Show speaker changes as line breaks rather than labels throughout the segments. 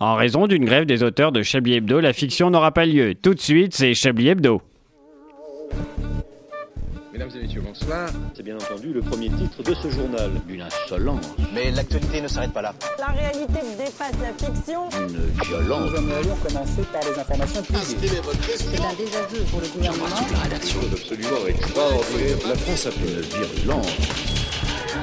En raison d'une grève des auteurs de Chablis Hebdo, la fiction n'aura pas lieu. Tout de suite, c'est Chablis Hebdo.
Mesdames et messieurs, bonsoir.
C'est bien entendu le premier titre de ce journal. Une insolence,
Mais l'actualité ne s'arrête pas là.
La réalité dépasse la fiction.
une violence.
allons commencer par les informations publiques.
C'est un désaveu pour le gouvernement.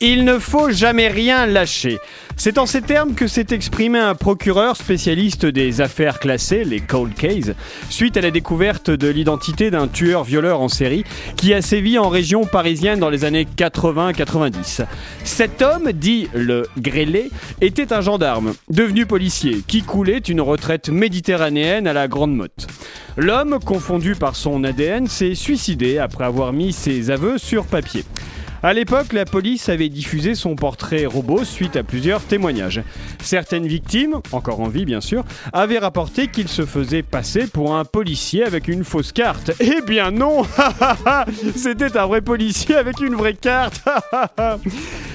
Il ne faut jamais rien lâcher. C'est en ces termes que s'est exprimé un procureur spécialiste des affaires classées, les cold cases, suite à la découverte de l'identité d'un tueur-violeur en série qui a sévi en région parisienne dans les années 80-90. Cet homme, dit le grêlé, était un gendarme, devenu policier, qui coulait une retraite méditerranéenne à la Grande Motte. L'homme, confondu par son ADN, s'est suicidé après avoir mis ses aveux sur papier. À l'époque, la police avait diffusé son portrait robot suite à plusieurs témoignages. Certaines victimes, encore en vie bien sûr, avaient rapporté qu'il se faisait passer pour un policier avec une fausse carte. Eh bien non C'était un vrai policier avec une vraie carte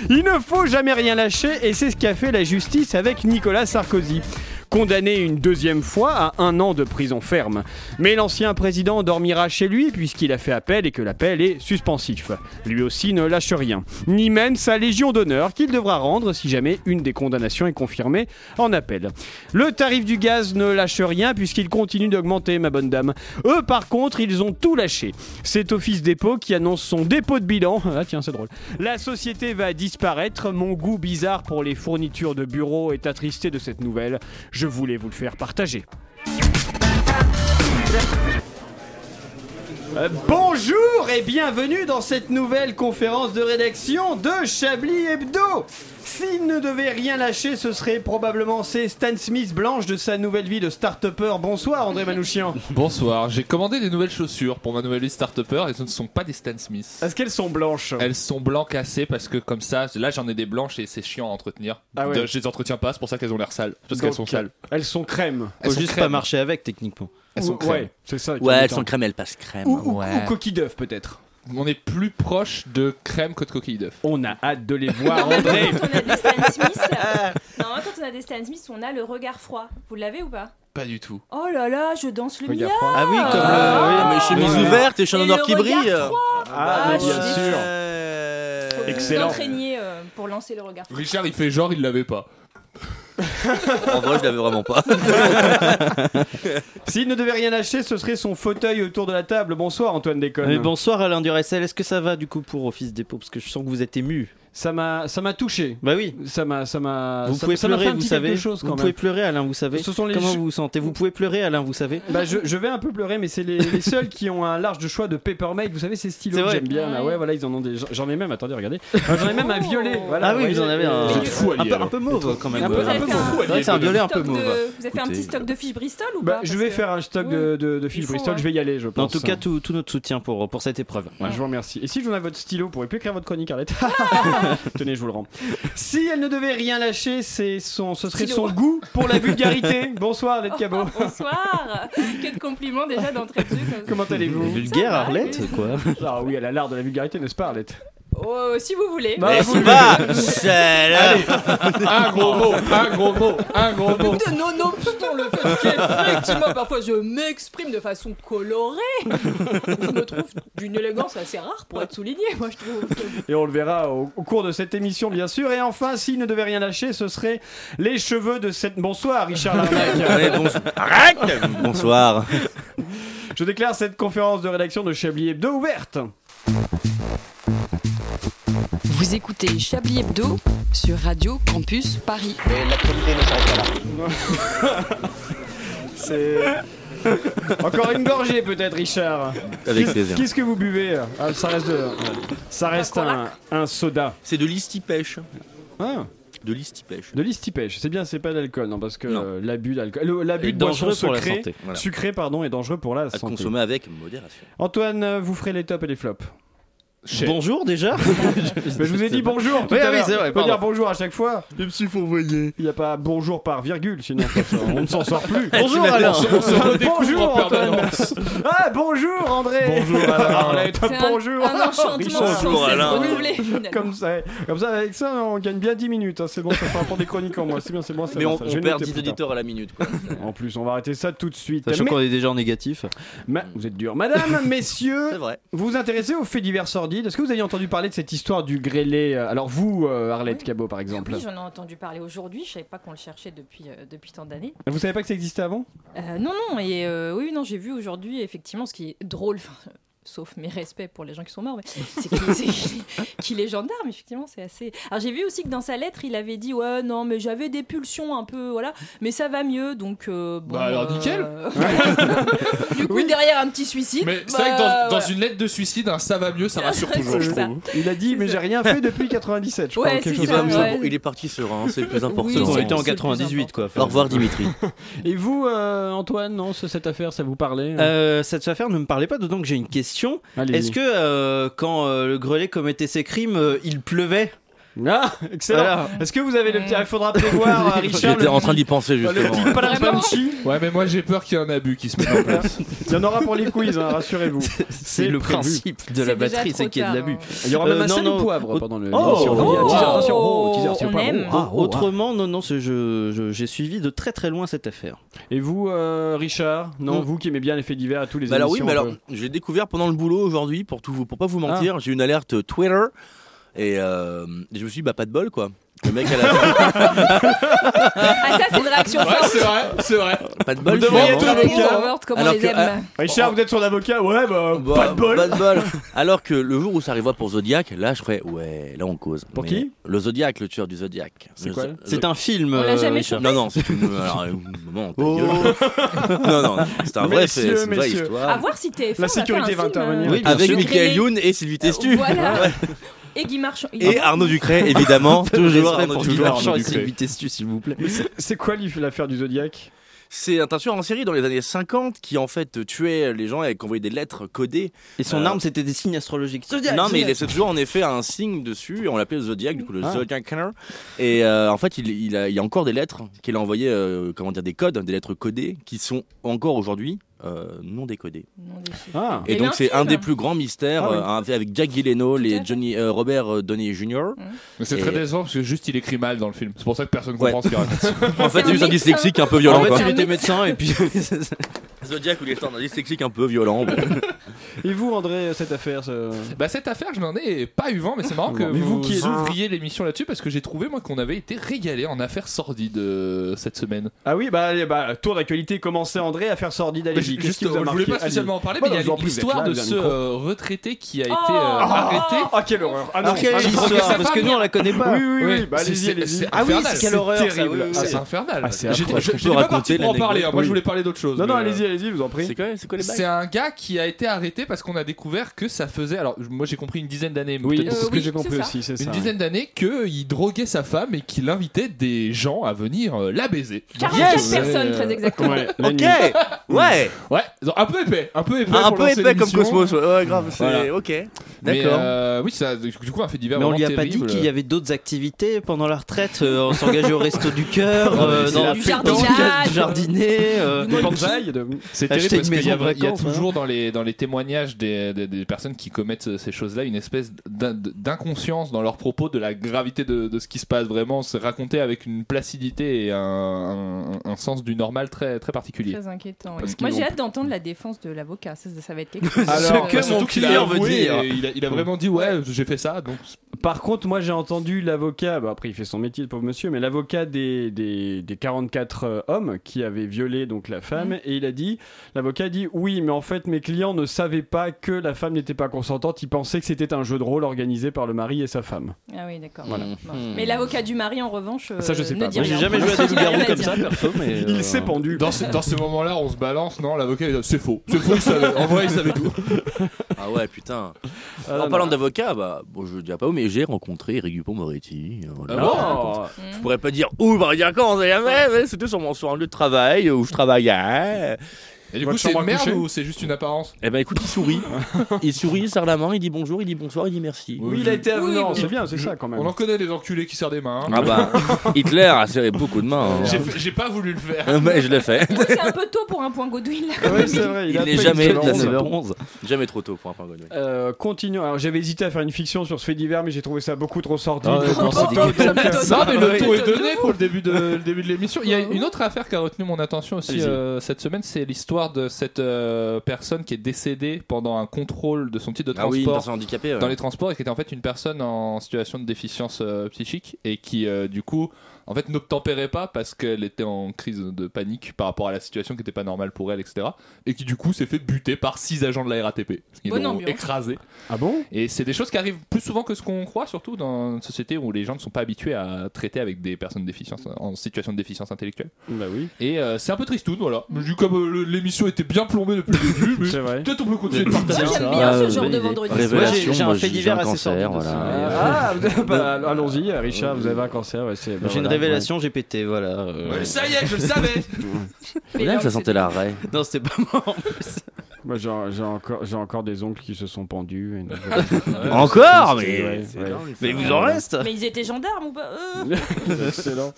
Il ne faut jamais rien lâcher et c'est ce qu'a fait la justice avec Nicolas Sarkozy. Condamné une deuxième fois à un an de prison ferme. Mais l'ancien président dormira chez lui puisqu'il a fait appel et que l'appel est suspensif. Lui aussi ne lâche rien, ni même sa légion d'honneur qu'il devra rendre si jamais une des condamnations est confirmée en appel. Le tarif du gaz ne lâche rien puisqu'il continue d'augmenter, ma bonne dame. Eux, par contre, ils ont tout lâché. C'est Office Dépôt qui annonce son dépôt de bilan. Ah tiens, c'est drôle. La société va disparaître. Mon goût bizarre pour les fournitures de bureaux est attristé de cette nouvelle. Je voulais vous le faire partager. Euh, bonjour et bienvenue dans cette nouvelle conférence de rédaction de Chablis Hebdo. S'il ne devait rien lâcher, ce serait probablement ces Stan Smith blanche de sa nouvelle vie de start-upper. Bonsoir André Manouchian.
Bonsoir, j'ai commandé des nouvelles chaussures pour ma nouvelle vie startupper et ce ne sont pas des Stan Smith.
Est-ce qu'elles sont blanches
Elles sont blancs cassés parce que comme ça, là j'en ai des blanches et c'est chiant à entretenir.
Ah ouais.
De- je les entretiens pas, c'est pour ça qu'elles ont l'air sales. Parce
Donc,
qu'elles sont sales.
Elles sont crème.
Elles
Faut
sont
juste
crème.
pas marcher avec techniquement.
Elles sont
Ou-
crème.
Ouais, c'est ça. qui
Ouais,
est
elles
en-
sont crème, elles passent crème.
Ou, ou-
ouais.
ou coquille d'œuf peut-être.
On est plus proche de crème que de coquille d'œuf.
On a hâte de les voir André.
Quand on a des Stan Smith, non, quand on a des Stan Smith, on a le regard froid. Vous l'avez ou pas
Pas du tout.
Oh là là, je danse le
Regarde.
mien.
Ah oui, comme
Ah,
le, oui, mais
oui,
chemise
oui.
ouverte et chandon
Et
d'or
le
qui
regard
brille.
froid.
Ah, mais
Ah, je
bien
suis
sûr.
Faut
Excellent.
Vous entraîner euh, pour lancer le regard.
Richard il fait genre il l'avait pas.
En vrai, je l'avais vraiment pas.
S'il ne devait rien lâcher, ce serait son fauteuil autour de la table. Bonsoir Antoine Déconne.
Mais bonsoir Alain Duracel, est-ce que ça va du coup pour Office Dépôt Parce que je sens que vous êtes ému.
Ça m'a, ça m'a touché.
Bah oui.
Ça m'a, ça m'a.
Vous
Ah, ça-
pouvez
ça m'a fait
pleurer,
un
vous
petit
savez.
quelque chose
vous
quand
pouvez
même.
pleurer, Alain, vous savez.
Ce sont les
Comment
jeux-
vous vous sentez Vous pouvez pleurer, Alain, vous savez.
Bah, je, je vais un peu pleurer, mais c'est les, les seuls qui ont un large de choix de Papermate. Vous savez, ces stylos
C'est
que
vrai.
j'aime bien. Là. Ouais, voilà, ils en ont des. J'en ai même. Attendez, regardez. J'en ai même un violet. Voilà,
ah oui,
voyez.
vous en avez un.
Vous
Un
êtes fou, Ali,
peu, un
alors.
peu mauve quand même.
Un peu-
Vous avez
un peu
fait
fou,
C'est vrai que c'est un violet un peu
stock de-
mauve.
Vous avez fait un
Écoutez,
petit stock de fiches Bristol ou
Bah,
pas
je
Parce
vais
que-
faire un stock de, de, de fil
Il faut, hein.
Bristol.
ouais.
Je vais y aller, je
En
pense.
tout cas, tout, tout notre soutien pour, pour cette épreuve.
Ouais, Je vous remercie. Et si je vous donne votre stylo, vous pourrez plus écrire votre chronique, Arlette. Tenez, je vous le rends. Si elle ne devait rien lâcher, c'est son, ce serait
Stylo.
son goût pour la vulgarité. Bonsoir, Arlette Cabot.
Bonsoir Quel compliment déjà d'entrée de jeu. comme ça.
Comment allez-vous
Vulgaire
Ça va,
Arlette,
oui.
quoi.
Ah oui, elle a l'art de la vulgarité, n'est-ce pas, Arlette
Oh, si vous voulez.
Bah,
Mais
vous-
c'est pas C'est là.
Un gros mot, un gros mot, un gros mot.
Écoutez, nonobstant le fait qu'effectivement, parfois je m'exprime de façon colorée, je me trouve d'une élégance assez rare pour être souligné, moi je trouve.
Et on le verra au, au cours de cette émission, bien sûr. Et enfin, s'il ne devait rien lâcher, ce serait les cheveux de cette. Bonsoir, Richard Larnac.
Ouais, bonsoir. Arrête Bonsoir.
Je déclare cette conférence de rédaction de Chablis Hebdo ouverte.
Vous écoutez Chablis Hebdo sur Radio Campus Paris.
Mais l'actualité ne s'arrête pas là.
C'est. Encore une gorgée, peut-être, Richard.
Avec
Qu'est-
plaisir.
Qu'est-ce que vous buvez Ah, Ça reste, de- ça reste un, un soda.
C'est de l'istipêche.
Ah,
De l'istipêche.
de l'istipèche. C'est bien, c'est pas d'alcool, non, parce que
Non.
euh, l'abus d'alcool. le- L'abus
Est
de boisson
dangereux pour la
sucrée,
santé, voilà.
sucrée, pardon, est dangereux pour la
À
santé.
consommer avec modération.
Antoine, euh, vous ferez les tops et les flops.
Chez.
Bonjour déjà
Mais je vous ai dit bonjour tout
Oui,
à
oui,
l'heure.
c'est vrai,
Faut dire
pardon.
bonjour à chaque fois.
Je me suis fourvoyé.
Il n'y a pas bonjour par virgule, sinon on ne s'en sort plus.
Bonjour Alain
bonjour
en
Antoine.
permanence.
Ah bonjour André.
Bonjour, Alain.
Arlette,
C'est un,
bonjour.
un enchantement
Richard.
sans
Bonjour,
cesse
Alain.
renouvelé. finalement.
Ah, Comme ça, comme ça, avec ça, on gagne bien 10 minutes. hein. C'est bon, ça fera pour des chroniques en moins. C'est bien, c'est bon. c'est
Mais
bon,
on,
ça.
on
Je vais
perd
noter
10
plus tard.
auditeurs à la minute. quoi.
En plus, on va arrêter ça tout de suite.
Sachant
Mais-
qu'on est déjà en négatif.
Ma- Vous êtes dur. Madame, messieurs,
C'est vrai.
vous vous intéressez aux faits divers sordides. Est-ce que vous avez entendu parler de cette histoire du grêlé euh, Alors, vous, euh, Arlette
Oui.
Cabot, par exemple.
Oui, j'en ai entendu parler aujourd'hui. Je savais pas qu'on le cherchait depuis, euh, depuis tant d'années.
Vous savez pas que ça existait avant
Euh, non, non, et euh, oui, non, j'ai vu aujourd'hui, effectivement, ce qui est drôle, enfin, euh, sauf mes respects pour les gens qui sont morts, mais c'est qu'il c'est qu'il- qu'il est gendarme, effectivement, c'est assez. Alors j'ai vu aussi que dans sa lettre, il avait dit Ouais, non, mais j'avais des pulsions un peu, voilà, mais ça va mieux, donc. euh, bon,
Bah, alors,
euh,
nickel.
Du coup, derrière un petit suicide.
Mais c'est
bah,
vrai que dans, dans
voilà.
une lettre de suicide, un ça va mieux, ça rassure toujours,
C'est
je
ça.
trouve.
Il a dit, mais j'ai rien fait depuis 97. Je
Ouais,
crois,
c'est
quelque
ça,
chose comme ça.
ouais.
Il est parti serein, c'est le plus
Oui,
important.
On
c'est-
était en
c'est le plus
98 quoi.
Au revoir Dimitri.
Et vous, euh, Antoine, non, ce- cette affaire, ça vous parlait hein
Euh, cette affaire ne me parlait pas, donc j'ai une question.
Allez-y.
Est-ce que euh, quand euh, le Grelet commettait ses crimes, euh, il pleuvait
Ah, excellent.
Voilà.
Est-ce que vous avez le petit. Il faudra prévoir, euh, Richard.
J'étais
le-
en train d'y penser
le
justement.
petit palampanchi.
Ouais, mais moi j'ai peur qu'il y ait un abus qui se mette en place.
Il y en aura pour les quiz, hein, rassurez-vous.
C'est le
prévu.
principe de la
C'est déjà
batterie,
trop
c'est qu'il y a de
tard,
l'abus.
hein.
Il y aura
Euh,
même un
non,
sel au
non.
poivre pendant le.
Oh,
Non, si on veut,
oh,
teaser, attention, oh,
oh,
teaser, si
on
on parle.
aime.
Oh, oh, oh.
Autrement, non, non, c'est- je- je- j'ai suivi de très très loin cette affaire.
Et vous, euh, Richard Non,
Mm.
vous qui aimez bien les faits divers à tous les
Bah alors oui,
émissions,
mais
un
alors
peu.
j'ai découvert pendant le boulot aujourd'hui pour tout, pour pas
Ah.
vous mentir, j'ai une alerte Twitter et euh, je me suis dit bah pas de bol quoi. Le mec à la
Ah, ça, c'est une réaction
Ouais,
forte.
c'est vrai, c'est vrai.
pas de bol.
Vous demandez
finalement.
tout.
Avec
avocat.
Howard, comme on
Alors
les
que,
aime.
ah,
Richard, vous êtes son avocat Ouais, bah,
Bah,
pas de bol.
bol. Alors que le jour où ça arrivera pour Zodiac, là je ferais ouais, là on cause.
Pour
Mais
qui
Le Zodiac, le tueur du Zodiac.
C'est
Le
quoi
Zo-
C'est un film.
On l'a
euh,
jamais
Richard.
Non, non, c'est une. Alors, euh, maman, ta gueule. Non, non, c'est un vrai fait,
Oh. Messieurs,
c'est une vraie
messieurs.
À
histoire.
voir si TF1
La
va faire
sécurité
un
va
film,
intervenir.
euh,
Oui,
Avec
sur
Michael
Grêlé.
Youn et Sylvie Testu.
Euh, Voilà. Et Guy Marchand. Il
Et
est
Arnaud Ducret, évidemment. toujours
Respect
Arnaud
pour
Ducret.
Guy Marchand
Arnaud
et
Ducret.
Sylvie Testu, s'il vous plaît.
C'est quoi l'if- l'affaire du Zodiac
C'est un tueur en série dans les années 50 qui en fait tuait les gens et qui envoyait des lettres codées.
Et son
Euh,
arme, c'était des signes astrologiques.
non mais il laissait toujours en effet un signe dessus, on l'appelait le Zodiac, du coup le
Ah.
Zodiac Killer. Et euh, en fait il, il a, il y a encore des lettres qu'il a envoyées, euh, comment dire, des codes, des lettres codées qui sont encore aujourd'hui euh, non décodées.
Non, des chiffres.
Ah,
Il y
Et
a eu
donc
un
c'est un
film.
des plus grands mystères,
Ah ouais.
euh, un fait avec Jack Gyllenhaal
Tout à
et
fait.
Johnny, euh, Robert euh, Downey Jr.
Mais c'est très
Et-
décevant parce que juste il écrit mal dans le film. C'est pour ça que personne ne
Ouais.
comprend ce qu'il raconte.
En fait
C'est
c'est juste
un hein.
un
médecin.
dyslexique un peu
En
violent. quoi.
fait, il
Un
était
médecin.
médecin et puis.
Zodiac ou les un dyslexique un peu violent.
et vous, André, cette affaire ce-
Bah cette affaire, je n'en ai pas eu vent, mais c'est marrant que
Mais vous
vous,
qui êtes-
ouvriez l'émission là-dessus parce que j'ai trouvé moi qu'on avait été régalé en affaires sordides euh, cette semaine.
Ah oui, bah, allez, bah, tour d'actualité, commencez André à faire sordide à
Mais
Lévis.
ju-
Qu'est-ce
juste, euh,
qui vous a
je voulais
marqué
pas spécialement en parler,
Bah
mais il
non, je
y
vous
a
en prie, vous êtes
l'histoire
là,
de
vous avez
ce
le micro.
euh, retraité qui a été
Oh.
euh,
Ah.
arrêté.
Ah, ah, quelle horreur Ah non,
Ah, quelle
ah, non.
histoire Parce que nous, on la connaît
Oui,
pas.
oui, oui,
Oui.
bah, allez-y,
C'est-
allez-y.
c'est-
Ah oui,
infernal,
c'est
c'est
quelle horreur. ça,
terrible.
oui, oui, oui.
Ah,
c'est-
c'est infernal.
ah, c'est
J'étais-
affreux.
je-
On
J'étais
peut
pas
raconter
parti pour en
l'anecdote.
parler. hein. Moi, je
Oui.
voulais parler d'autre chose.
Non, non,
mais, euh,
allez-y, allez-y, je vous en prie.
C'est quoi, c'est quoi les
C'est
bagues
un gars qui a été arrêté parce qu'on a découvert que ça faisait. Alors, moi j'ai compris une dizaine d'années, mais
Oui,
peut-être-
c'est ce que
Euh, oui,
j'ai compris
c'est ça.
aussi, c'est ça.
une
ouais.
dizaine d'années qu'il droguait sa femme et qu'il invitait des gens à venir euh, la baiser.
44
Yes
personnes, très exactement.
euh, Ouais, la
Ok,
nuit.
ouais,
Ouais, donc un peu épais, un peu épais.
Ah, un
pour
peu
lancer
épais comme
l'émission.
Cosmos, ouais, ouais, grave, c'est
Voilà.
ok,
Mais
d'accord.
euh, oui, ça, du coup, un fait divers.
Mais on
vraiment
lui a pas dit
terrible.
qu'il y avait d'autres activités pendant la retraite. euh, on s'engageait au resto du cœur, euh,
C'est
dans
la
dans le
hein.
pétanque.
cadre du jardiner. euh,
Des bonsaïs, de-
C'est
Acheter
terrible parce
une
qu'il y a,
maison de
il y a
vacances, hein.
toujours dans les, dans les témoignages des, des- des personnes qui commettent ces choses-là une espèce d'in- d'inconscience dans leurs propos de la gravité de, de ce qui se passe vraiment. C'est raconté avec une placidité et un, un- un sens du normal très, très particulier.
Très inquiétant.
Parce qu'ils
Moi, j'ai
l'ont-
hâte d'entendre la défense de l'avocat. Ça, ça va être quelque chose.
Alors,
que
surtout
mon
qu'il a
client veut
avoué
dire.
et Il a, il a vraiment dit ouais, j'ai fait ça. Donc
Par contre, moi j'ai entendu l'avocat, bah, après il fait son métier, le pauvre monsieur, mais l'avocat des, des, des 44 euh, hommes qui avaient violé donc la femme,
Mhm.
et il a dit, l'avocat dit, oui, mais en fait mes clients ne savaient pas que la femme n'était pas consentante, ils pensaient que c'était un jeu de rôle organisé par le mari et sa femme.
Ah oui, d'accord.
Voilà.
Bon. Mais l'avocat du mari, en revanche,
Ça, je sais
euh,
pas.
ne dit
Moi,
J'ai
rien.
jamais joué à des
Il a rien
loups-garous
à
comme
dire.
ça, perso, mais. euh,
Il s'est pendu.
dans ce, dans ce moment-là, on se balance. Non, l'avocat, il a- c'est faux. C'est faux, il savait. En vrai, il savait tout.
Ah ouais, putain.
Ah,
en
non,
parlant
non.
d'avocat, bah, bon, je ne dirais pas où, mais j'ai rencontré Eric Dupont-Moretti. euh, voilà.
Ah bon
Oh.
Je
Mmh.
pourrais pas dire où, bah, dire quand, on sait jamais, mais c'était sur, mon- sur un lieu de travail où je euh, travaillais.
Et du
Votre
coup, c'est
chambre à
une merde
coucher
ou c'est juste une apparence
Eh ben écoute, il sourit. il sourit, il serre la main, il dit bonjour, il dit bonsoir, il dit merci.
c'est bien, c'est ça quand même.
On en connaît des enculés qui serrent des mains. hein.
Ah bah, Hitler a serré beaucoup de mains. hein.
J'ai fait- J'ai pas voulu le faire.
Euh, Mais je l'ai fait.
Oui, c'est un peu tôt pour un point Godwin là. quand
Ouais,
même.
c'est vrai, il
Il
a
n'est
pas
jamais
eu de tolérance.
19h11. Jamais trop tôt pour un pingouin.
Euh, continuons. Alors j'avais hésité à faire une fiction sur ce fait divers, mais j'ai trouvé ça beaucoup trop sordide.
Ah ouais,
Donc,
non,
on
c'est
stop.
dégueu.
Donc, euh,
Non, mais le ton est
de-
donné pour le début de, le début de l'émission. Il y a une autre affaire qui a retenu mon attention aussi
Allez-y.
euh, cette semaine, c'est l'histoire de cette euh, personne qui est décédée pendant un contrôle de son titre de
Ah
transport
oui, une personne handicapée, ouais.
dans les transports et qui était en fait une personne en situation de déficience euh, psychique et qui euh, du coup en fait n'obtempérait pas parce qu'elle était en crise de panique par rapport à la situation qui n'était pas normale pour elle, etc. Et qui du coup s'est fait buter par six agents de la RATP. Ils
Bonne
l'ont
ambiance.
écrasé.
Ah bon
Et c'est des choses qui arrivent plus souvent que ce qu'on croit, surtout dans une société où les gens ne sont pas habitués à traiter avec des personnes déficientes, en situation de déficience intellectuelle.
Bah oui.
Et euh, c'est un peu tristoun, voilà. Mais Vu comme euh, le- l'émission était bien plombée depuis le début, mais peut-être on peut continuer de partager
Moi,
ça.
j'aime
bien ce
Euh,
genre de vendredi. Révélation,
j'ai- j'ai un
moi,
fait
j'ai
divers
un
assez
cancer,
sordide aussi.
voilà.
Ah, bah, allons-y, Richard, vous avez un cancer. ouais, c'est- bah,
J'ai une
voilà,
révélation, j'ai pété, voilà. euh.
Ouais,
ça y est, je le savais.
Mais là, ça sentait la raie.
Non, c'était pas moi en plus.
Moi, j'ai j'ai encore, j'ai encore des oncles qui se sont pendus. et donc-
Encore
Ouais,
Mais-
ouais.
c'est dingue, Mais ça. vous en reste
Mais ils étaient gendarmes ou pas Euh.
Excellent.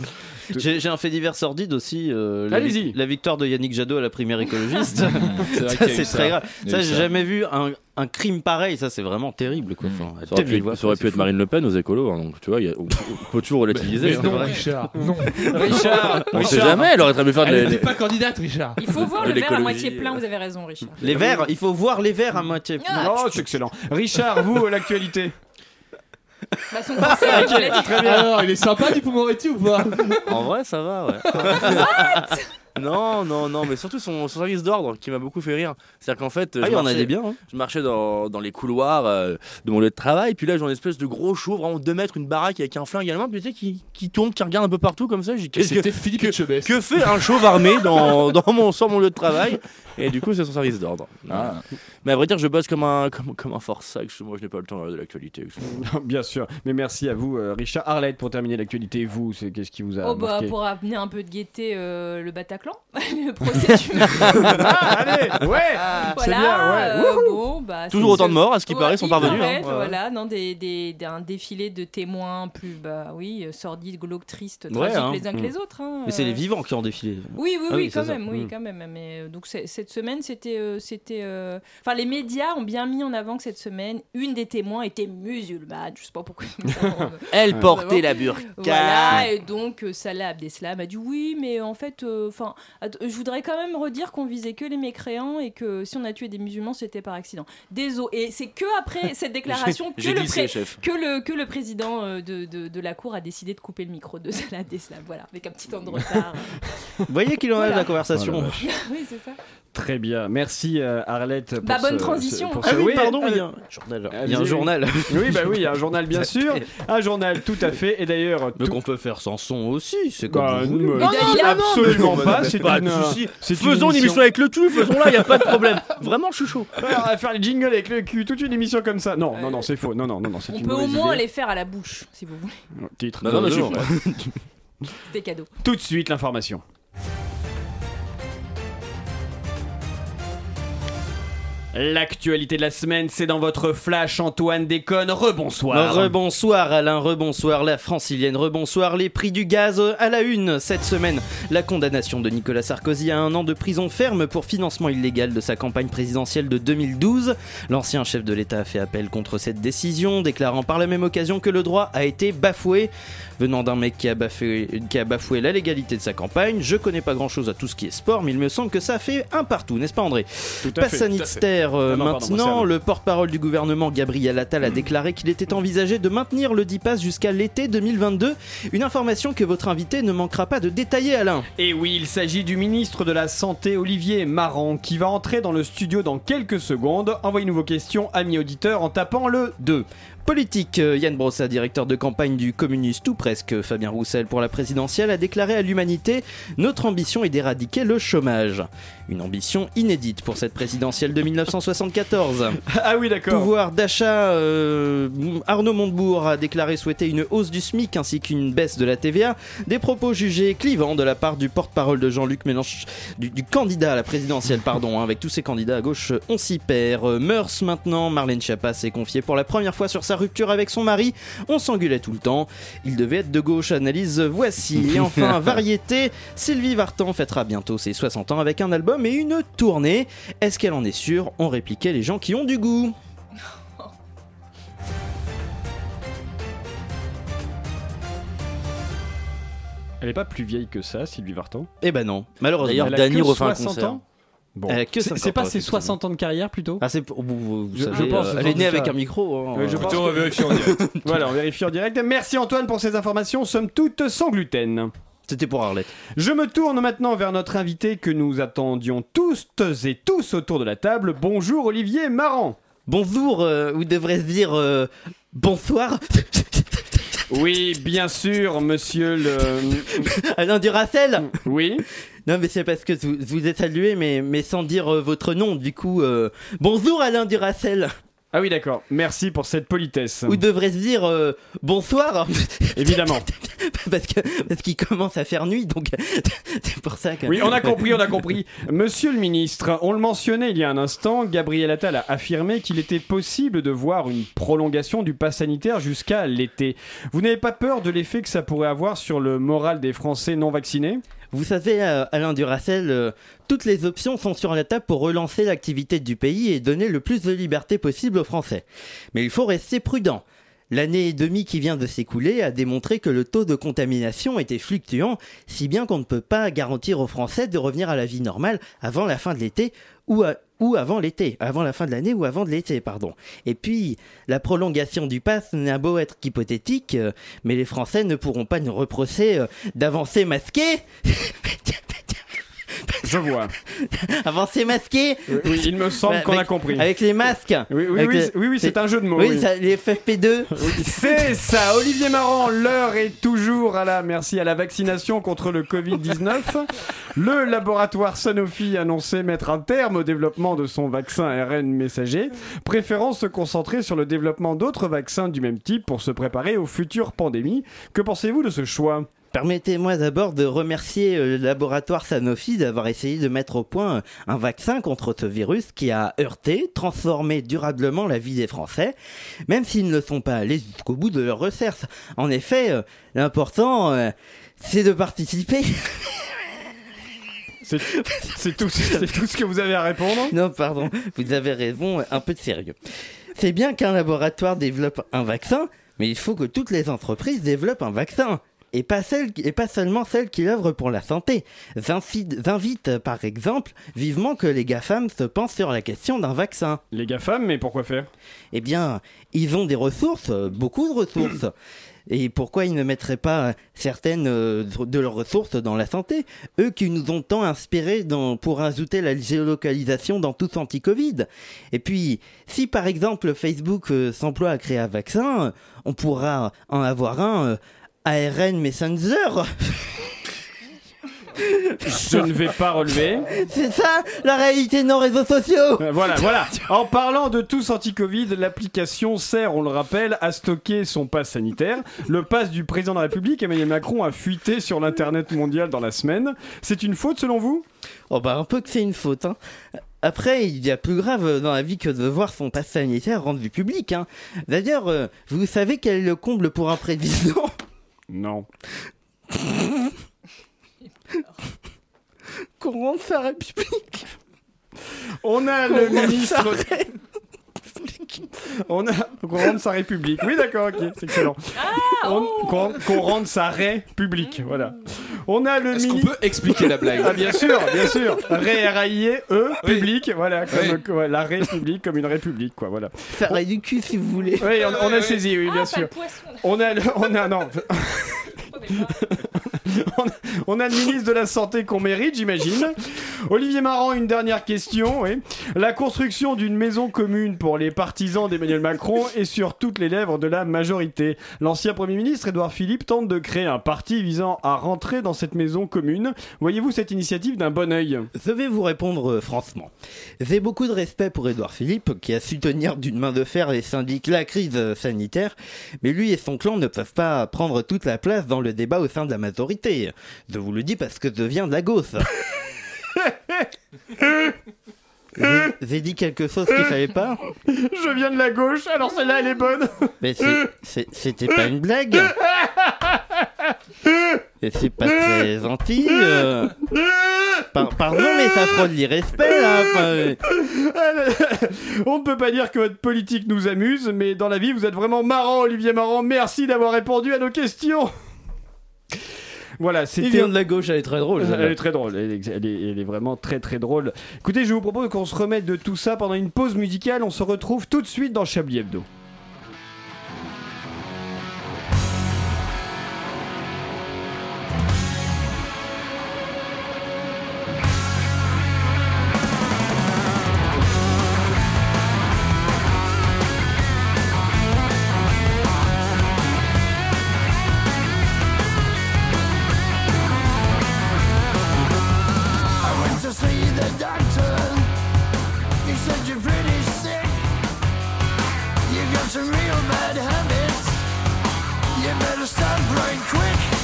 J'ai j'ai un fait divers sordide aussi. euh, la,
Allez-y.
vic- la victoire de Yannick Jadot à la primaire écologiste. Ça,
C'est vrai qu'il y a eu
c'est
ça.
très grave.
Il y a
Ça,
eu
j'ai
ça.
jamais vu un, un crime pareil. Ça, c'est vraiment terrible. Quoi. Enfin,
Ça aurait
terrible,
pu,
quoi.
ça aurait pu
C'est
être
fou.
Marine Le Pen aux écolos, hein, donc tu vois, il y a- on, on peut toujours relativiser.
Mais
hein.
non, Richard, non.
Richard,
On sait jamais, elle aurait très bien fait de
Elle
les-
n'était pas candidate, Richard.
Il faut voir
De
le verre à
l'écologie,
moitié plein, vous avez raison, Richard.
Ah
Les verts, il faut voir les verts à moitié.
Oh, c'est excellent. Richard, vous, euh, l'actualité
Bah, son cancer,
Ok,
il l'a dit.
très bien.
Alors, il est sympa, du Moretti ou pas
En vrai, ça va, ouais. non, non, non, mais surtout son, son service d'ordre qui m'a beaucoup fait rire. C'est-à-dire qu'en fait, euh,
Ah,
je
il y en a
marchais-
des biens, hein.
Je marchais dans, dans les couloirs euh, de mon lieu de travail, puis là, j'ai un espèce de gros chou, vraiment 2 mètres, une baraque avec un flingue à la main, puis tu sais, qui, qui tourne, qui regarde un peu partout comme ça. J'ai dit,
Et
qu'est-ce que,
c'était Philippe Etchebest.
que fait un chauve armé dans, dans mon, sur mon lieu de travail Et du coup, c'est son service d'ordre.
Ah.
Mais à vrai dire, je bosse comme un, comme, comme un forçat, que moi, je n'ai pas le temps euh, de l'actualité.
Non, Bien sûr, mais merci à vous, euh, Richard. Arlette, pour terminer l'actualité, vous, c'est qu'est-ce qui vous a
Oh bah
marqué
pour amener un peu de gaieté euh, le Bataclan, le procès du
Ah, allez, ouais, c'est
Voilà,
bien, ouais.
euh,
Wouhou
bon, bah,
Toujours
c'est-
autant de morts, à ce qui
Ouais,
paraît, sont
il
parvenus,
paraît,
hein, ouais.
Voilà, non, des, des, d'un défilé de témoins plus, bah oui, euh, sordides, glauques, tristes,
Ouais,
tragiques
hein.
les uns que
Mm.
les autres. hein,
Mais c'est
euh.
les vivants qui ont défilé.
Oui, oui,
Ah
oui, quand
c'est ça.
même, oui,
Mm.
quand même. Mais euh, donc c'est- cette semaine, c'était, euh, c'était, euh, enfin les médias ont bien mis en avant que cette semaine, une des témoins était musulmane. Je sais pas pourquoi. ils ont mis ça en-
hein. Elle
Ouais.
portait
Vraiment.
la burqa.
Voilà, et donc euh, Salah Abdeslam a dit oui, mais en fait, euh, enfin, je voudrais quand même redire qu'on visait que les mécréants et que si on a tué des musulmans, c'était par accident. Désolé. Et c'est que après cette déclaration que,
J'ai
le
glissé,
pré-
chef.
que, le, que le président euh, de, de- de la Cour a décidé de couper le micro de Salah Abdeslam. Voilà, avec un petit temps de retard.
Vous voyez qu'il en a de la conversation.
Oh la vache.
oui, c'est ça.
Très bien, merci euh, Arlette. Pour
Bah, bonne
ce-
transition.
ce- pour
Ah
ce-
oui,
oui,
pardon,
euh,
il y a un journal. Il y a
allez-y,
un
oui.
journal.
Oui, bah oui, il y a un journal, bien sûr. Un journal, tout à fait. Et d'ailleurs,
Mais
tout-
qu'on peut faire sans son aussi, c'est comme
Bah,
vous
non,
voulez.
mais- absolument
Mais
pas.
non,
C'est
pas de
une, euh,
souci.
c'est
Faisons une émission avec le cul, faisons-la, y a pas de problème. Vraiment, je suis chaud.
Alors, on va Ah, faire les jingles avec le cul, toute une émission comme ça. Non, non, non, c'est faux. Non, non, non, non, c'est
On
une
peut au
mauvaise
moins
idée.
les faire à la bouche, si vous voulez.
Titre.
Bah Non, non, mais je suis
Bonjour.
C'était cadeau.
Tout de suite, l'information. L'actualité de la semaine, c'est dans votre flash, Antoine Déconne. Rebonsoir.
Rebonsoir Alain, rebonsoir la francilienne, rebonsoir les prix du gaz euh, à la une cette semaine. La condamnation de Nicolas Sarkozy à un an de prison ferme pour financement illégal de sa campagne présidentielle de 2012. L'ancien chef de l'État a fait appel contre cette décision, déclarant par la même occasion que le droit a été bafoué. Venant d'un mec qui a, bafoué, qui a bafoué la légalité de sa campagne, je connais pas grand chose à tout ce qui est sport, mais il me semble que ça fait un partout, n'est-ce pas André
à
Bah,
Passe
fait, tout à fait.
sanitaire euh,
Ah non, pardon,
maintenant,
c'est Mm-hmm. Alain.
le porte-parole du gouvernement Gabriel Attal a déclaré qu'il était envisagé de maintenir le 10 pass jusqu'à l'été 2022, une information que votre invité ne manquera pas de détailler Alain.
Et Eh oui, il s'agit du ministre de la Santé, Olivier Marron, qui va entrer dans le studio dans quelques secondes. Envoyez-nous vos questions, amis auditeurs, en tapant le 2.
Politique, euh, Yann Brossa, directeur de campagne du communiste ou presque Fabien Roussel pour la présidentielle, a déclaré à l'humanité Notre ambition est d'éradiquer le chômage. Une ambition inédite pour cette présidentielle de 1974.
Ah oui, d'accord.
Pouvoir d'achat. euh, Arnaud Montebourg a déclaré souhaiter une hausse du SMIC ainsi qu'une baisse de la TVA. Des propos jugés clivants de la part du porte-parole de Jean-Luc Mélenchon, du, du candidat à la présidentielle, pardon. hein. avec tous ces candidats à gauche, euh, on s'y perd. Euh, Mœurs maintenant. Marlène Schiappa s'est confiée pour la première fois sur sa rupture avec son mari. On s'engueulait tout le temps. Il devait être de gauche. Analyse euh, voici. Et enfin, variété. Sylvie Vartan fêtera bientôt ses 60 ans avec un album et une tournée. Est-ce qu'elle en est sûre On répliquait les gens qui ont du goût.
Elle est pas plus vieille que ça, Sylvie Vartan
Eh ben non, malheureusement.
D'ailleurs,
Elle a
Dany
que
refait un
60
concert.
ans
Bon.
Elle a que
C'est-
50
c'est pas
ans,
ses 60
ans de carrière plutôt
Ah, c'est pour- vous, vous- vous
Je-
savez,
je pense,
euh,
c'est
elle est
sans
née
doute
avec
ça.
un micro. hein.
Oui, Ah, je pense que- voilà, on vérifie en direct. Merci Antoine pour ces informations, somme toute sans gluten.
C'était pour Arlette.
Je me tourne maintenant vers notre invité que nous attendions tous et tous autour de la table. Bonjour Olivier Marant.
Bonjour, euh, ou devrais-je dire euh, bonsoir
Oui, bien sûr, monsieur le.
Alain Duracel
Oui.
Non, mais c'est parce que vous, vous êtes salué, mais, mais sans dire euh, votre nom. Du coup, euh, bonjour Alain Duracel
Ah oui, d'accord. Merci pour cette politesse.
Ou devrais-je dire euh, bonsoir
Évidemment.
parce que parce qu'il commence à faire nuit, donc c'est pour ça que.
Oui, on a compris, on a compris. Monsieur le ministre, on le mentionnait il y a un instant, Gabriel Attal a affirmé qu'il était possible de voir une prolongation du pass sanitaire jusqu'à l'été. Vous n'avez pas peur de l'effet que ça pourrait avoir sur le moral des Français non vaccinés
Vous savez, euh, Alain Duracel, euh, toutes les options sont sur la table pour relancer l'activité du pays et donner le plus de liberté possible aux Français. Mais il faut rester prudent. L'année et demie qui vient de s'écouler a démontré que le taux de contamination était fluctuant, si bien qu'on ne peut pas garantir aux Français de revenir à la vie normale avant la fin de l'été ou, à- ou avant l'été, avant la fin de l'année ou avant de l'été, pardon. Et puis, la prolongation du pass n'a beau être qu'hypothétique, euh, mais les Français ne pourront pas nous reprocher euh, d'avancer masqué.
Je vois.
Avancer masqué
Oui, oui, il me semble qu'on a
Bah, avec-
compris.
Avec les masques
Oui, oui,
Avec
oui,
les-
c'est- oui, oui, c'est un jeu de mots,
Oui,
oui.
ça- les FFP2.
C'est ça, Olivier Marant, l'heure est toujours à la merci à la vaccination contre le Covid-19. Le laboratoire Sanofi annonçait mettre un terme au développement de son vaccin ARN messager, préférant se concentrer sur le développement d'autres vaccins du même type pour se préparer aux futures pandémies. Que pensez-vous de ce choix
Permettez-moi d'abord de remercier euh, le laboratoire Sanofi d'avoir essayé de mettre au point euh, un vaccin contre ce virus qui a heurté, transformé durablement la vie des Français, même s'ils ne sont pas allés jusqu'au bout de leur recherche. En effet, euh, l'important, euh, c'est de participer.
C'est tout, ce que vous avez à répondre
Non, pardon, vous avez raison, un peu de sérieux. C'est bien qu'un laboratoire développe un vaccin, mais il faut que toutes les entreprises développent un vaccin. Et pas, celles, qui- et pas seulement celles qui œuvrent pour la santé. J'invite, j'invite, par exemple, vivement que les GAFAM se pensent sur la question d'un vaccin.
Les GAFAM, mais pourquoi faire
Eh bien, ils ont des ressources, euh, beaucoup de ressources. Et pourquoi ils ne mettraient pas certaines euh, de leurs ressources dans la santé Eux qui nous ont tant inspirés dans- pour ajouter la géolocalisation dans tout anti-Covid. Et puis, si par exemple Facebook euh, s'emploie à créer un vaccin, euh, on pourra en avoir un euh, ARN Messenger.
Je ne vais pas relever.
C'est ça la réalité de nos réseaux sociaux
Euh, Voilà, voilà. En parlant de tous anti-Covid, l'application sert, on le rappelle, à stocker son pass sanitaire. Le pass du président de la République, Emmanuel Macron, a fuité sur l'internet mondial dans la semaine. C'est une faute selon vous
Oh bah un peu que c'est une faute. Hein. Après, il y a plus grave dans la vie que de voir son passe sanitaire rendu public. Hein. D'ailleurs, euh, vous savez quel est le comble pour un président
Non.
Qu'on de sa République
On a
Qu'on
le
rende
ministre.
sa ré-
On a qu'on rende sa République. Oui, d'accord, ok, c'est excellent.
Ah,
On-
oh.
Qu'on qu'on rende sa République,
Mm.
voilà. On a le ministre.
peut expliquer la blague
Ah bien sûr, bien sûr. Ré R A I E, E, public, voilà, comme comme- la République comme une république quoi, voilà.
Ça raille du cul si vous voulez.
Oui, on, on a
Ah,
saisi, oui, bien sûr. On a, le- on a, non. on, a, On a le ministre de la Santé qu'on mérite, j'imagine. Olivier Marant, une dernière question. oui. La construction d'une maison commune pour les partisans d'Emmanuel Macron est sur toutes les lèvres de la majorité. L'ancien Premier ministre Édouard Philippe tente de créer un parti visant à rentrer dans cette maison commune. Voyez-vous cette initiative d'un bon oeil
Je vais vous répondre euh, franchement. J'ai beaucoup de respect pour Édouard Philippe, qui a su tenir d'une main de fer les syndics la crise euh, sanitaire, mais lui et son clan ne peuvent pas prendre toute la place dans le débat au sein de la majorité. Je vous le dis parce que je viens de la gauche. J'ai- J'ai dit quelque chose qu'il fallait pas
Je viens de la gauche, alors celle-là elle est bonne.
Mais c'est- c'est- c'était pas une blague Et c'est pas très gentil euh. Par- Pardon, mais ça frôle l'irrespect là Enfin, euh,
On ne peut pas dire que votre politique nous amuse, mais dans la vie, vous êtes vraiment marrant, Olivier Marrant. Merci d'avoir répondu à nos questions. Voilà, c'était.
Il vient de la gauche, elle est très drôle.
Euh, Elle est très drôle, elle est, elle est- elle est vraiment très très drôle. Écoutez, je vous propose qu'on se remette de tout ça pendant une pause musicale. On se retrouve tout de suite dans Chablis Hebdo.
I went to see the doctor. He said you're pretty sick. You got some real bad habits. You better stop right quick.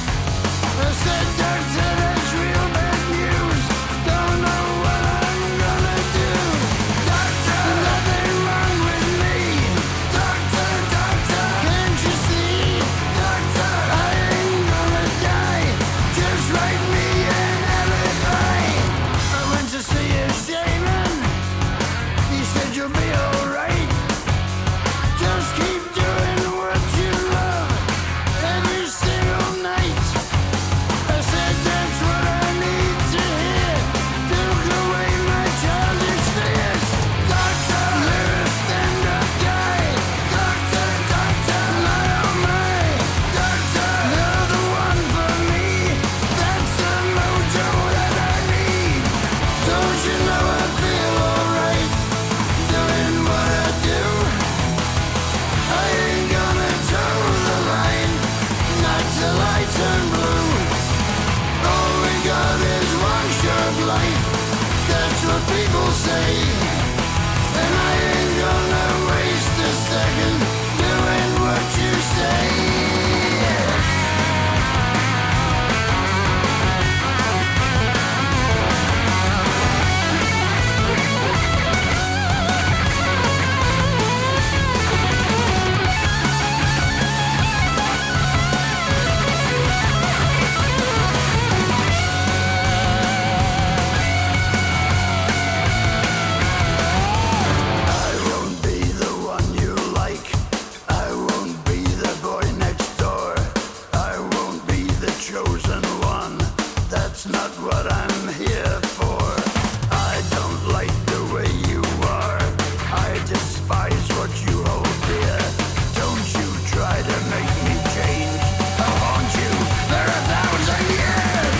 I said, Doctor, that's real bad news. Don't know what I'm gonna do. Doctor, nothing wrong with me. Doctor, doctor, can't you see? Doctor, I ain't gonna die. Just write me an alibi. I went to see a shaman. He said you'll be alright. Just keep doing what you love every single night. I said that's what I need to hear. Took away my childish fears. Doctor, you're a stand-up guy. Doctor, doctor, my oh my. Doctor, you're the one for me. That's the mojo that I need. Don't you know I feel alright doing what I do? I ain't gonna toe the line, not till I turn blue. All we got is one short life, that's what people say. And I ain't gonna waste a second doing what you say. I won't be the one you like. I won't be the boy next door. I won't be the chosen one. That's not what I'm here for. I don't like the way you are. I despise what you hold dear. Don't you try to make me change. I'll haunt you for a thousand years.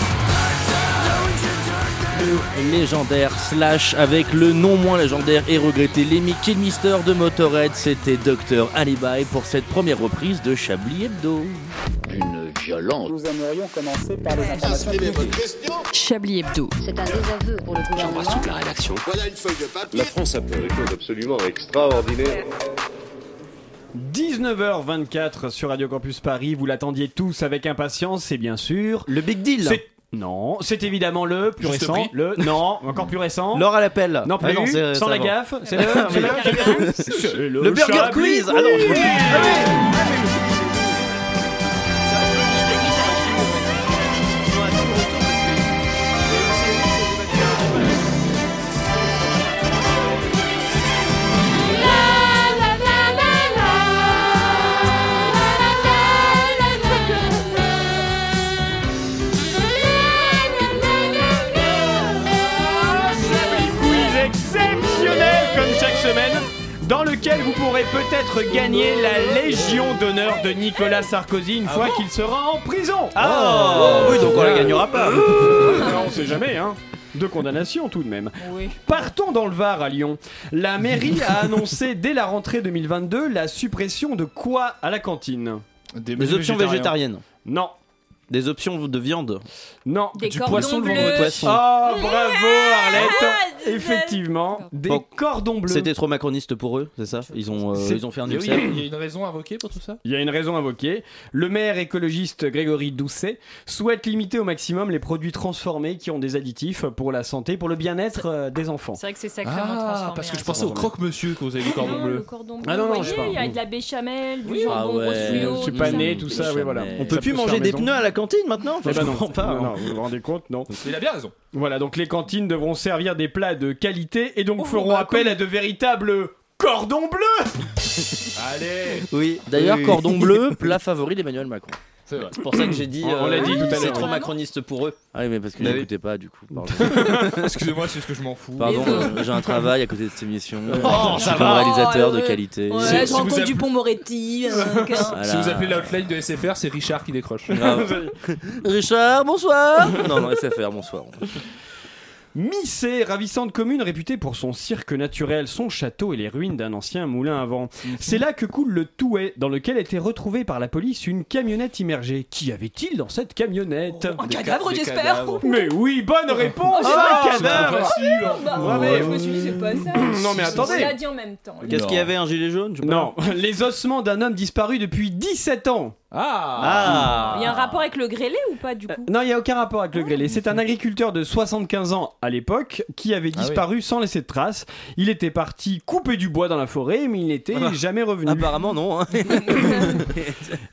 Don't you turn
Le légendaire slash avec le non moins légendaire et regretté Lemmy Kilmister de Motorhead, c'était Docteur Alibi pour cette première reprise de Chablis Hebdo. Une violence.
Nous aimerions commencer par les informations publiques.
Chablis Hebdo. C'est un désaveu pour le gouvernement.
la rédaction. Voilà une feuille de papier. La France a fait des choses absolument extraordinaires.
19h24 sur Radio Campus Paris, vous l'attendiez tous avec impatience, c'est bien sûr.
Le Big Deal
C'est- Non, c'est évidemment le plus
Juste
récent.
prix.
Le... Non, encore plus récent.
Laure à l'appel.
Non plus,
Ah non, c'est-
sans
c'est
la
avant.
gaffe. C'est le,
Ah,
c'est
oui.
le- c'est
Le Burger
Chablis
Quiz. Ah non, je-
Quiz. Quiz exceptionnel comme chaque semaine dans lequel vous pourrez pourrait peut-être gagner la Légion d'honneur de Nicolas Sarkozy une fois qu'il sera en prison.
Ah, oui, donc on la gagnera pas.
Non, on sait jamais, hein. Deux condamnations tout de même. Partons dans le Var à Lyon. La mairie a annoncé dès la rentrée 2022 la suppression de quoi à la cantine
Des menus options végétariens. végétariennes.
Non.
Des options de viande
Non.
Des
du
cordons
poisson le
bleus. Ah,
vendredi.
Poisson.
Ah, bravo Arlette Effectivement, des
Bon.
cordons bleus.
C'était trop macroniste pour eux, c'est ça ils ont, euh,
C'est-
ils ont fait un
Il y a eu-
upset.
il
y a une raison invoquée pour tout ça
Il y a une raison invoquée. Le maire écologiste Grégory Doucet souhaite limiter au maximum les produits transformés qui ont des additifs pour la santé, pour le bien-être euh, des enfants.
C'est vrai que c'est sacrément
Ah,
transformé.
parce que
hein.
je pensais au croque-monsieur que vous avez du cordon bleu.
Cordon
Ah non, non,
bleu, vous
je
voyez,
sais
Il
pas.
y a de la béchamel, du
Ah
jambon gros
ouais,
Euh,
tuyau,
du
tout
pané, tout ça, oui, voilà.
On peut
Ça
plus
peut
manger
faire
des
maison.
pneus à la cantine maintenant Enfin,
Eh ben
je
non,
comprends pas.
non,
hein.
non, vous vous rendez compte, non
Il a bien raison.
Voilà, donc les cantines devront servir des plats de qualité et
Oh,
donc feront appel à de véritables cordons bleus
Allez
Oui,
D'ailleurs,
Oui, oui.
cordon bleu, plat favori d'Emmanuel Macron.
C'est vrai.
C'est pour ça que j'ai dit.
On- on
euh,
l'a dit tout à
C'est
l'heure.
trop macroniste pour eux.
Ah oui, mais parce que
Bah oui.
j'écoutais pas, du coup. Pardon,
Excusez-moi, c'est ce que je m'en fous.
Pardon, euh, j'ai un travail à côté de cette émission.
Oh,
je
ça
suis pas
Ah,
va.
réalisateur
Oh,
de
ouais.
qualité.
Ouais, Si- je si rencontre vous avez-
Dupont Moretti. euh,
Si vous appelez l'outline de SFR, c'est Richard qui décroche.
Grave. Richard, bonsoir Non, non, SFR, bonsoir.
Missé, ravissante commune réputée pour son cirque naturel, son château et les ruines d'un ancien moulin à vent.
Mhm.
C'est là que coule le Touet, dans lequel était retrouvée par la police une camionnette immergée. Qu'y avait-il dans cette camionnette
Oh,
Un cadavre, j'espère
Mais oui, bonne
Oh,
réponse
c'est
Un
pas-
cadavre
Ah, bah,
Ouais,
ouais,
mais-
Je me suis dit, c'est pas ça.
Non, mais attendez.
On l'a dit en même temps.
Qu'est-ce qu'il y avait Un gilet jaune je sais pas.
Non, les ossements d'un homme disparu depuis 17 ans.
Ah.
Il y a un rapport avec le grêlé ou pas du coup
Euh, Non, il n'y a aucun rapport
Ah.
avec le grêlé. C'est un agriculteur de 75 ans à l'époque qui avait
Ah oui.
disparu sans laisser de traces. Il était parti couper du bois dans la forêt, mais il n'était
Ah bah,
jamais revenu.
Apparemment, non. hein.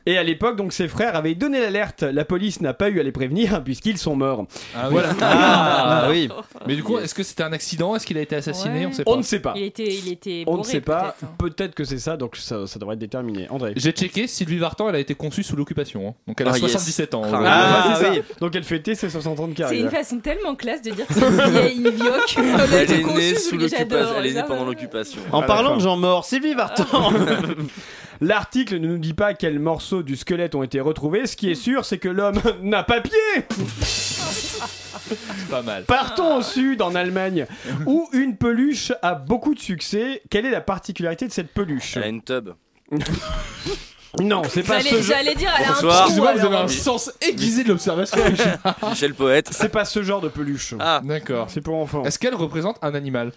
Et à l'époque, donc, ses frères avaient donné l'alerte. La police n'a pas eu à les prévenir puisqu'ils sont morts.
Ah oui.
Voilà.
Ah, oui. Mais du coup, est-ce que c'était un accident Est-ce qu'il a été assassiné On sait pas.
On ne sait pas.
Il était, il était
On ne
bourré,
sait pas.
peut-être, hein.
Peut-être que c'est ça, donc ça, ça devrait être déterminé. André.
J'ai checké, Sylvie Vartan, elle a été conçue sous l'occupation. hein. Donc elle a
Ah, yes.
77 ans.
Ah,
Ah,
oui.
c'est ça. Donc elle fêtait ses 60 ans de
C'est
carrière.
une façon tellement classe de dire que c'est une vieille une vieille qui a
Elle
été
est
conçue,
née
je
sous
l'ai- j'adore,
l'occupation. Elle est née
j'adore.
pendant l'occupation.
En
À la
parlant
fin.
de gens morts, Sylvie Vartan
L'article ne nous dit pas quels morceaux du squelette ont été retrouvés. Ce qui est sûr, c'est que l'homme n'a pas pied.
Pas mal.
Partons au sud, en Allemagne, où une peluche a beaucoup de succès. Quelle est la particularité de cette peluche
Elle a une tub.
Non, c'est pas
J'allais
ce genre.
j'allais dire, elle a un
Bonsoir.
trou,
Excusez-moi, vous
alors.
avez un sens aiguisé de l'observation.
Michel Poète.
C'est pas ce genre de peluche.
Ah,
D'accord.
C'est pour enfants.
Est-ce qu'elle représente un animal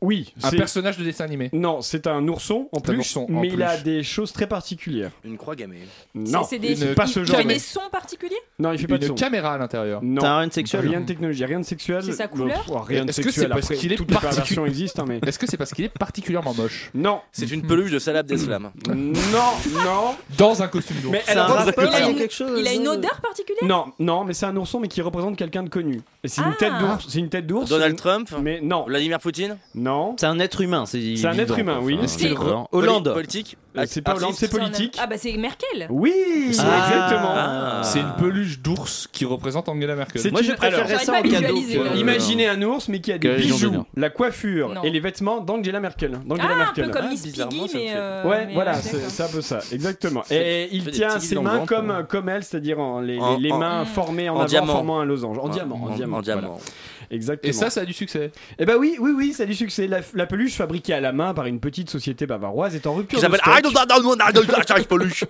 Oui,
Un
c'est-
personnage de dessin animé
Non, c'est un ourson en
C'est un
plus,
ourson, en
mais il a
plus.
des choses très particulières.
une croix gammée.
Non,
C'est des-
c'est pas
il-
ce
il
genre.
fait
de-
des sons particuliers
Non, il fait pas de
Une
son.
caméra à l'intérieur.
Non.
T'as rien de sexuel
Rien de technologie, rien de sexuel.
C'est sa couleur
Oh, Rien de
Est-ce que c'est
sexuel.
parce
Après,
qu'il est
toutes les
particu-
perversions existent, hein, mais
Est-ce que c'est parce qu'il est particulièrement moche
non,
C'est une peluche de Salab d'Eslam.
non, non.
Dans un costume d'ours.
Mais
C'est
elle
un
représente-
rapport
il a
avec
une-
quelque chose
Il a une odeur particulière
Non, non, mais c'est un ourson, mais qui représente quelqu'un de connu. Et C'est une
Ah.
tête d'ours. C'est une tête d'ours.
Donald
mais-
Trump.
Mais non,
Vladimir Poutine.
non.
C'est un être humain, c'est.
C'est un
vivant,
être humain,
quoi.
oui.
Enfin,
C'est-
d'accord.
Poli-
Hollande.
Politique.
Euh, C'est pas Hollande, c'est
C'est un homme.
politique.
Ah bah c'est Merkel
Oui,
Ah.
exactement.
Ah.
C'est une peluche d'ours qui représente Angela Merkel.
C'est
Moi,
une-
je préférerais
alors,
ça en
j'aurais pas
cadeau. euh,
visualisé,
quoi.
euh,
là.
Imaginez un ours, mais qui a des
Quelle région
bijoux,
d'honneur.
la coiffure
Non.
et les vêtements d'Angela Merkel. d'Angela
Ah, un
Merkel.
peu comme
Ah,
Miss
bizarrement,
Piggy,
ça me
mais.
fait-
euh,
Ouais,
mais
voilà,
ouais,
c'est
d'accord.
c'est un peu ça, exactement.
fait-
Et il
fait des
tient
petits
ses
bilans
mains
blancs,
comme,
quoi.
comme elle, c'est-à-dire en- les,
En-
les
en-
mains formées en,
en
avant,
diamant.
formant un losange. En
Ah,
diamant, en, diamant.
En
voilà.
diamant.
Exactement.
Et ça, ça a du succès.
Eh bah oui, oui, oui, ça a du succès. La, la peluche fabriquée à la main par une petite société bavaroise est en rupture.
Qui
de
s'appelle
stock.
Arrête de peluche.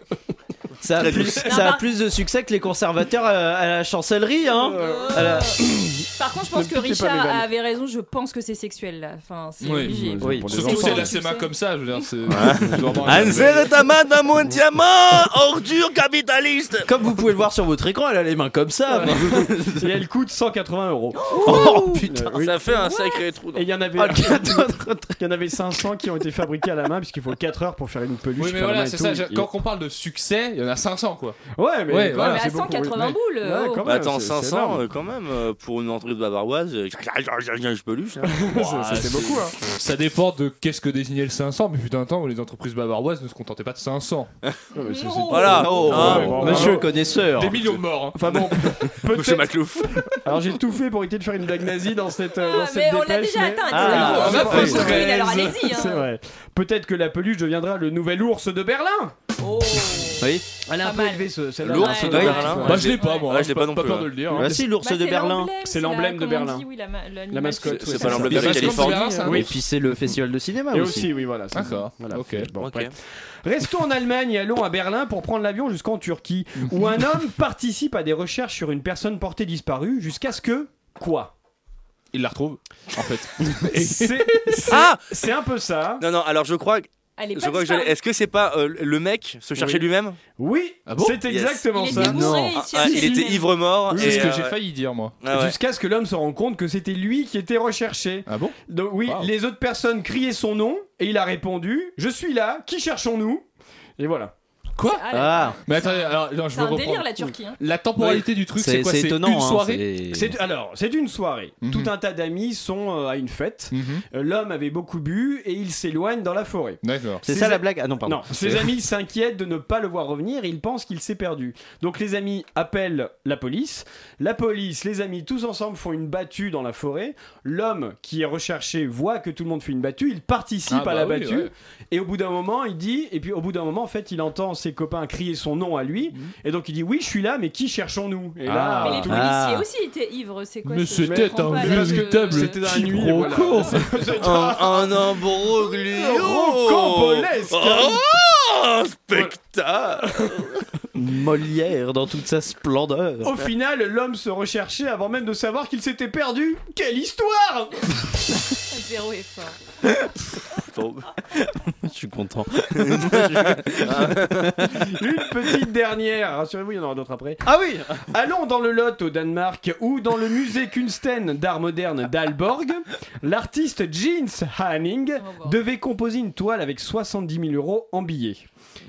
Ça a, plus, ça a plus de succès que les conservateurs à, à la chancellerie, hein À la-
Par contre, je
Ne
pense que
piquez pas mes
Richard
vannes.
avait raison, je pense que c'est sexuel là. Enfin, c'est
Oui.
obligé.
Oui,
Pour
des
Surtout
enfants.
si elle a ses mains comme ça, je veux dire, c'est. c'est vraiment un-
Anzer et Amad à mon diamant, ordure capitaliste.
Comme vous pouvez le voir sur votre écran, elle a les mains comme ça. mais-
Et elle coûte 180 euros.
Oh putain
Euh, oui.
Ça fait un sacré trou.
Et il y en avait.
Oh, le cadeau de
Il y en avait 500 qui ont été fabriqués à la main, puisqu'il faut 4 heures pour faire une peluche.
Oui, mais
faire la main
voilà,
et
c'est
tout.
ça. j'ai-
Et-
Quand on parle de succès, euh, y en a 500 quoi.
Ouais,
mais quand même, Mais c'est à beaucoup. 180 boules, Ouais, oh. quand
Bah,
même,
attends,
c'est-
500
c'est
euh, quand même euh, pour une entrée de bavaroise. euh, Je peluche. hein.
bah,
c'est Ça dépend de qu'est-ce que désignait le 500, mais putain, attends, les entreprises bavaroises ne se contentaient pas de 500.
Voilà.
Oh,
Hein, monsieur le
connaisseur.
Des millions de morts. hein.
Enfin bon,
Monsieur
peut-être.
Maclouf.
Alors j'ai tout fait pour éviter de faire une blague nazie dans cette, euh,
Ah,
dans cette
mais on l'a
dépêche,
déjà
mais-
atteint,
Ah,
dis-le.
bah,
On
bah,
s'en fout,
bah,
alors
bah,
allez-y, hein.
C'est vrai. Peut-être que la peluche deviendra le nouvel ours de Berlin.
Oui.
Elle est
Ah,
un peu élevée ce, celle-là.
L'ours de Berlin.
Bah, je l'ai pas, moi.
Ouais, je l'ai pas
Pas-
non
pas
plus.
peur de le dire, hein.
Bah, si, l'ours
Bah,
de
c'est
Berlin.
l'emblème,
C'est l'emblème de
comment on
Berlin.
dit, oui, la, ma- l'animal
La mascotte.
qui-
C'est
oui,
pas l'emblème de
ça.
la
La mascotte,
Californie.
Ah
c'est un-
Et
oui.
puis c'est le festival de cinéma
Et
Bah, aussi. Ah,
aussi, oui, voilà. c'est ça.
D'accord.
Voilà,
Ok.
bon,
Ok.
bref. Restons en Allemagne et allons à Berlin pour prendre l'avion jusqu'en Turquie, où un homme participe à des recherches sur une personne portée disparue jusqu'à ce que. Quoi
Ils la retrouvent, en fait.
Et C'est c'est-
Ah
c'est un peu ça.
Non, non, alors je crois que.
Elle est
Je
pas
crois que
disparue.
j'allais- Est-ce que c'est pas euh, le mec se chercher
Oui.
lui-même
Oui,
Ah bon
c'est
Yes.
exactement
Il
ça.
était bourré, il s'y
Ah,
est
Il était
filmé.
ivre mort.
C'est ce
et,
que
euh,
j'ai failli dire, moi.
ah ouais.
Jusqu'à ce que l'homme se rende compte que c'était lui qui était recherché.
Ah bon
Donc oui,
Wow.
les autres personnes criaient son nom et il a répondu "Je suis là, qui cherchons-nous Et voilà.
Quoi
Ah, là.
Ah,
Mais attendez, alors, non, je
C'est
veux
un délire
reprendre.
la Turquie. hein.
La temporalité du truc, c'est quoi C'est
étonnant.
une
hein,
soirée
c'est-
C'est alors, c'est une soirée.
Mhm.
Tout un tas d'amis sont euh, à une fête.
Mhm.
Euh, L'homme avait beaucoup bu et il s'éloigne dans la forêt.
D'accord.
C'est
Ses
ça
a-
la blague Ah non, pardon.
Non, ses amis s'inquiètent de ne pas le voir revenir et ils pensent qu'il s'est perdu. Donc les amis appellent la police. La police, les amis, tous ensemble font une battue dans la forêt. L'homme qui est recherché voit que tout le monde fait une battue, il participe
Ah bah
à la
oui,
battue.
ouais.
Et au bout d'un moment, il dit, et puis au bout d'un moment, en fait, il entend ses copains crier son nom à lui. Et donc il dit Oui, je suis là, mais qui cherchons-nous Et là,
Mhm. Ah.
Mais les
tout-
policiers
Ah.
aussi étaient ivres, c'est quoi
Mais
ce- je
c'était
comprends
un
pas,
véritable
je-
C'était un nuit,
quiproquo.
voilà.
Un, un imbroglio
Oh,
Rocambolesque.
Un spectacle
Molière dans toute sa splendeur.
Au final, l'homme se recherchait avant même de savoir qu'il s'était perdu. Quelle histoire
Zéro effort.
Je suis content.
Une petite dernière. Rassurez-vous, il y en aura d'autres après.
Ah oui
Allons dans le Lot au Danemark ou dans le musée Kunsten d'art moderne d'Alborg. L'artiste Jeans Hanning devait composer une toile avec 70 000 euros en billets.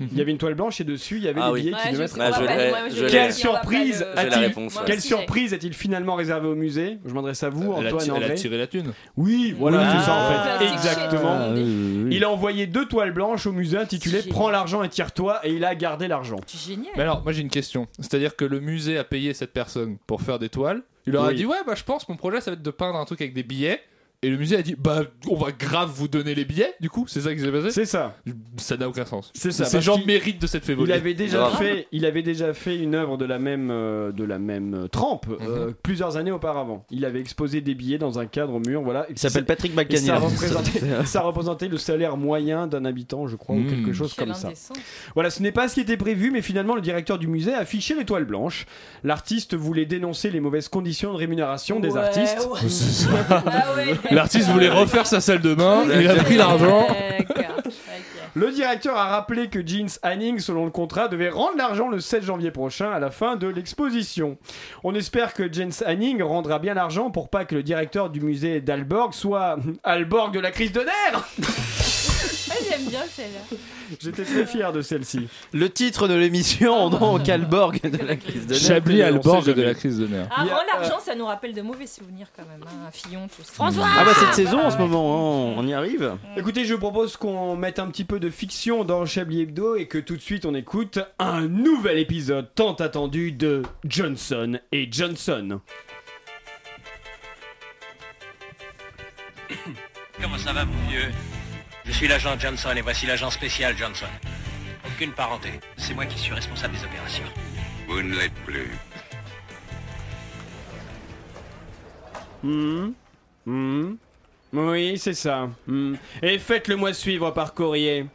Il y avait une toile blanche et dessus il y avait
Ah
des
oui.
billets
Ouais,
qui
je
devaient
sais
être.
Ah, je
pas,
l'ai,
moi,
je
je
l'ai.
sais
Quelle
pas,
surprise
le-
J'ai la réponse,
Moi
ouais.
aussi,
Quelle
j'ai-
surprise est-il finalement réservé au musée Je m'adresse à vous,
Elle a,
Antoine et
tiré, elle a
André.
tiré la thune.
Oui, voilà,
Euh, Oui.
c'est ça en fait.
Ah.
Exactement.
Ah,
Il a envoyé deux toiles blanches au musée intitulé
Génial.
Prends l'argent et tire-toi et il a gardé l'argent.
C'est Génial.
Mais alors, moi j'ai une question. C'est-à-dire que le musée a payé cette personne pour faire des toiles. Il leur a
Oui.
dit Ouais, bah je pense que mon projet ça va être de peindre un truc avec des billets. Et le musée a dit Bah on va grave vous donner les billets. Du coup, c'est ça qui s'est passé
C'est ça.
Ça n'a aucun sens.
C'est ça,
Ces
parce
gens
qu'il-
méritent de cette fait
Il
voler.
avait déjà
Grave.
fait, il avait déjà fait une œuvre de la même euh, de la même euh, trempe euh, plusieurs années auparavant. Il avait exposé des billets dans un cadre au mur, voilà.
Il s'appelle Patrick
Et
Balkany.
ça, représentait, ça représentait le salaire moyen d'un habitant, je crois, ou
Mmh.
quelque chose
Quelle
comme ça.
indécence.
Voilà, ce n'est pas ce qui était prévu, mais finalement, le directeur du musée a affiché l'étoile blanche. L'artiste voulait dénoncer les mauvaises conditions de rémunération des
Ouais,
artistes.
ouais. Ah ouais,
L'artiste
d'accord.
voulait refaire sa salle de bain.
hein.
Ouais.
Il a pris l'argent.
D'accord, ok.
Le directeur a rappelé que Jeans Hanning, selon le contrat, devait rendre l'argent le 7 janvier prochain à la fin de l'exposition. On espère que Jeans Hanning rendra bien l'argent pour pas que le directeur du musée d'Alborg soit Alborg de la crise de nerfs
Ouais, J'aime bien celle-là.
J'étais très fier de celle-ci.
Le titre de l'émission, non, Calborg de la crise de nerfs.
Chablis
on
Alborg
sait
de
jamais.
la crise de nerfs.
Ah,
Il y a, euh,
rends l'argent, ça nous rappelle de mauvais souvenirs quand même. hein. Fillon, tout ça. François
Ah bah cette saison en ce moment, hein, on y arrive.
Écoutez, je vous propose qu'on mette un petit peu de fiction dans Chablis Hebdo et que tout de suite on écoute un nouvel épisode tant attendu de Johnson et Johnson.
Comment ça va, mon vieux Je suis l'agent Johnson et voici l'agent spécial Johnson. Aucune parenté. C'est moi qui suis responsable des opérations.
Vous ne l'êtes plus.
Hmm. Hmm. Oui, c'est ça. Hmm. Et faites-le-moi suivre par courrier.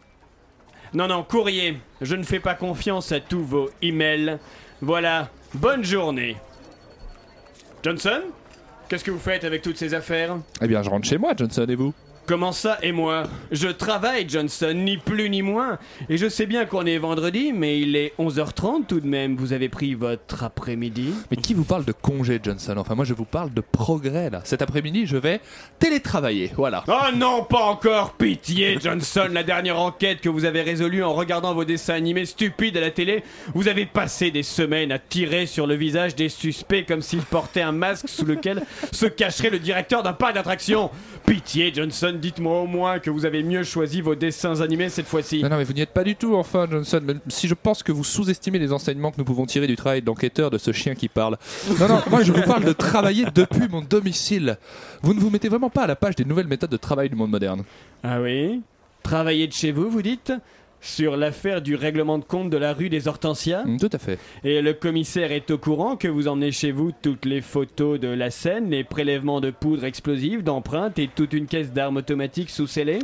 Non, non, courrier. Je ne fais pas confiance à tous vos emails. Voilà. Bonne journée. Johnson Qu'est-ce que vous faites avec toutes ces affaires
Eh bien, je rentre chez moi, Johnson et vous
Comment ça et moi Je travaille, Johnson, ni plus ni moins. Et je sais bien qu'on est vendredi, mais il est 11h30 tout de même. Vous avez pris votre après-midi
Mais qui vous parle de congé, Johnson Enfin, moi, je vous parle de progrès, là. Cet après-midi, je vais télétravailler, voilà.
Oh non, pas encore Pitié, Johnson, la dernière enquête que vous avez résolue en regardant vos dessins animés stupides à la télé, vous avez passé des semaines à tirer sur le visage des suspects comme s'ils portaient un masque sous lequel se cacherait le directeur d'un parc d'attractions. Pitié, Johnson, dites-moi au moins que vous avez mieux choisi vos dessins animés cette fois-ci.
Non, non, mais vous n'y êtes pas du tout, enfin, Johnson. Même si je pense que vous sous-estimez les enseignements que nous pouvons tirer du travail d'enquêteur de ce chien qui parle. Non, non, moi, je vous parle de travailler depuis mon domicile. Vous ne vous mettez vraiment pas à la page des nouvelles méthodes de travail du monde moderne.
Ah oui Travailler de chez vous, vous dites Sur l'affaire du règlement de compte de la rue des Hortensias
Hum, Tout à fait.
Et le commissaire est au courant que vous emmenez chez vous toutes les photos de la scène, les prélèvements de poudre explosive, d'empreintes et toute une caisse d'armes automatiques sous scellés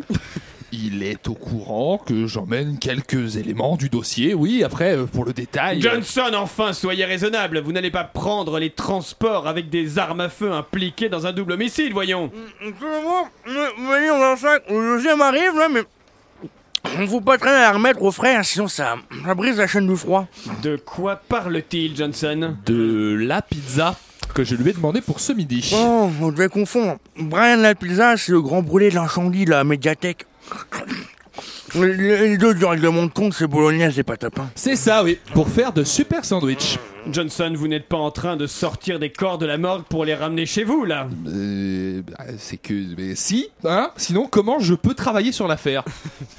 Il est au courant que j'emmène quelques éléments du dossier, oui, après, euh, pour le détail. euh,
Johnson, enfin, soyez raisonnable. Vous n'allez pas prendre les transports avec des armes à feu impliquées dans un double homicide, voyons.
Comment venez, on en sac. Le deuxième arrive là, mais. On faut pas traîner à la remettre au frère, sinon ça, ça brise la chaîne du froid.
Mm. De quoi parle-t-il, Johnson
De la pizza que je lui ai demandé pour ce midi.
Oh, on devait confondre. Brian Lapizza, c'est le grand brûlé de l'incendie de la médiathèque. Les deux du règlement de compte, c'est bolognaise et patapin.
C'est ça, oui, pour faire de super sandwichs.
Johnson, vous n'êtes pas en train de sortir des corps de la morgue pour les ramener chez vous, là
Euh, bah, c'est que. Mais si, hein Sinon, comment je peux travailler sur l'affaire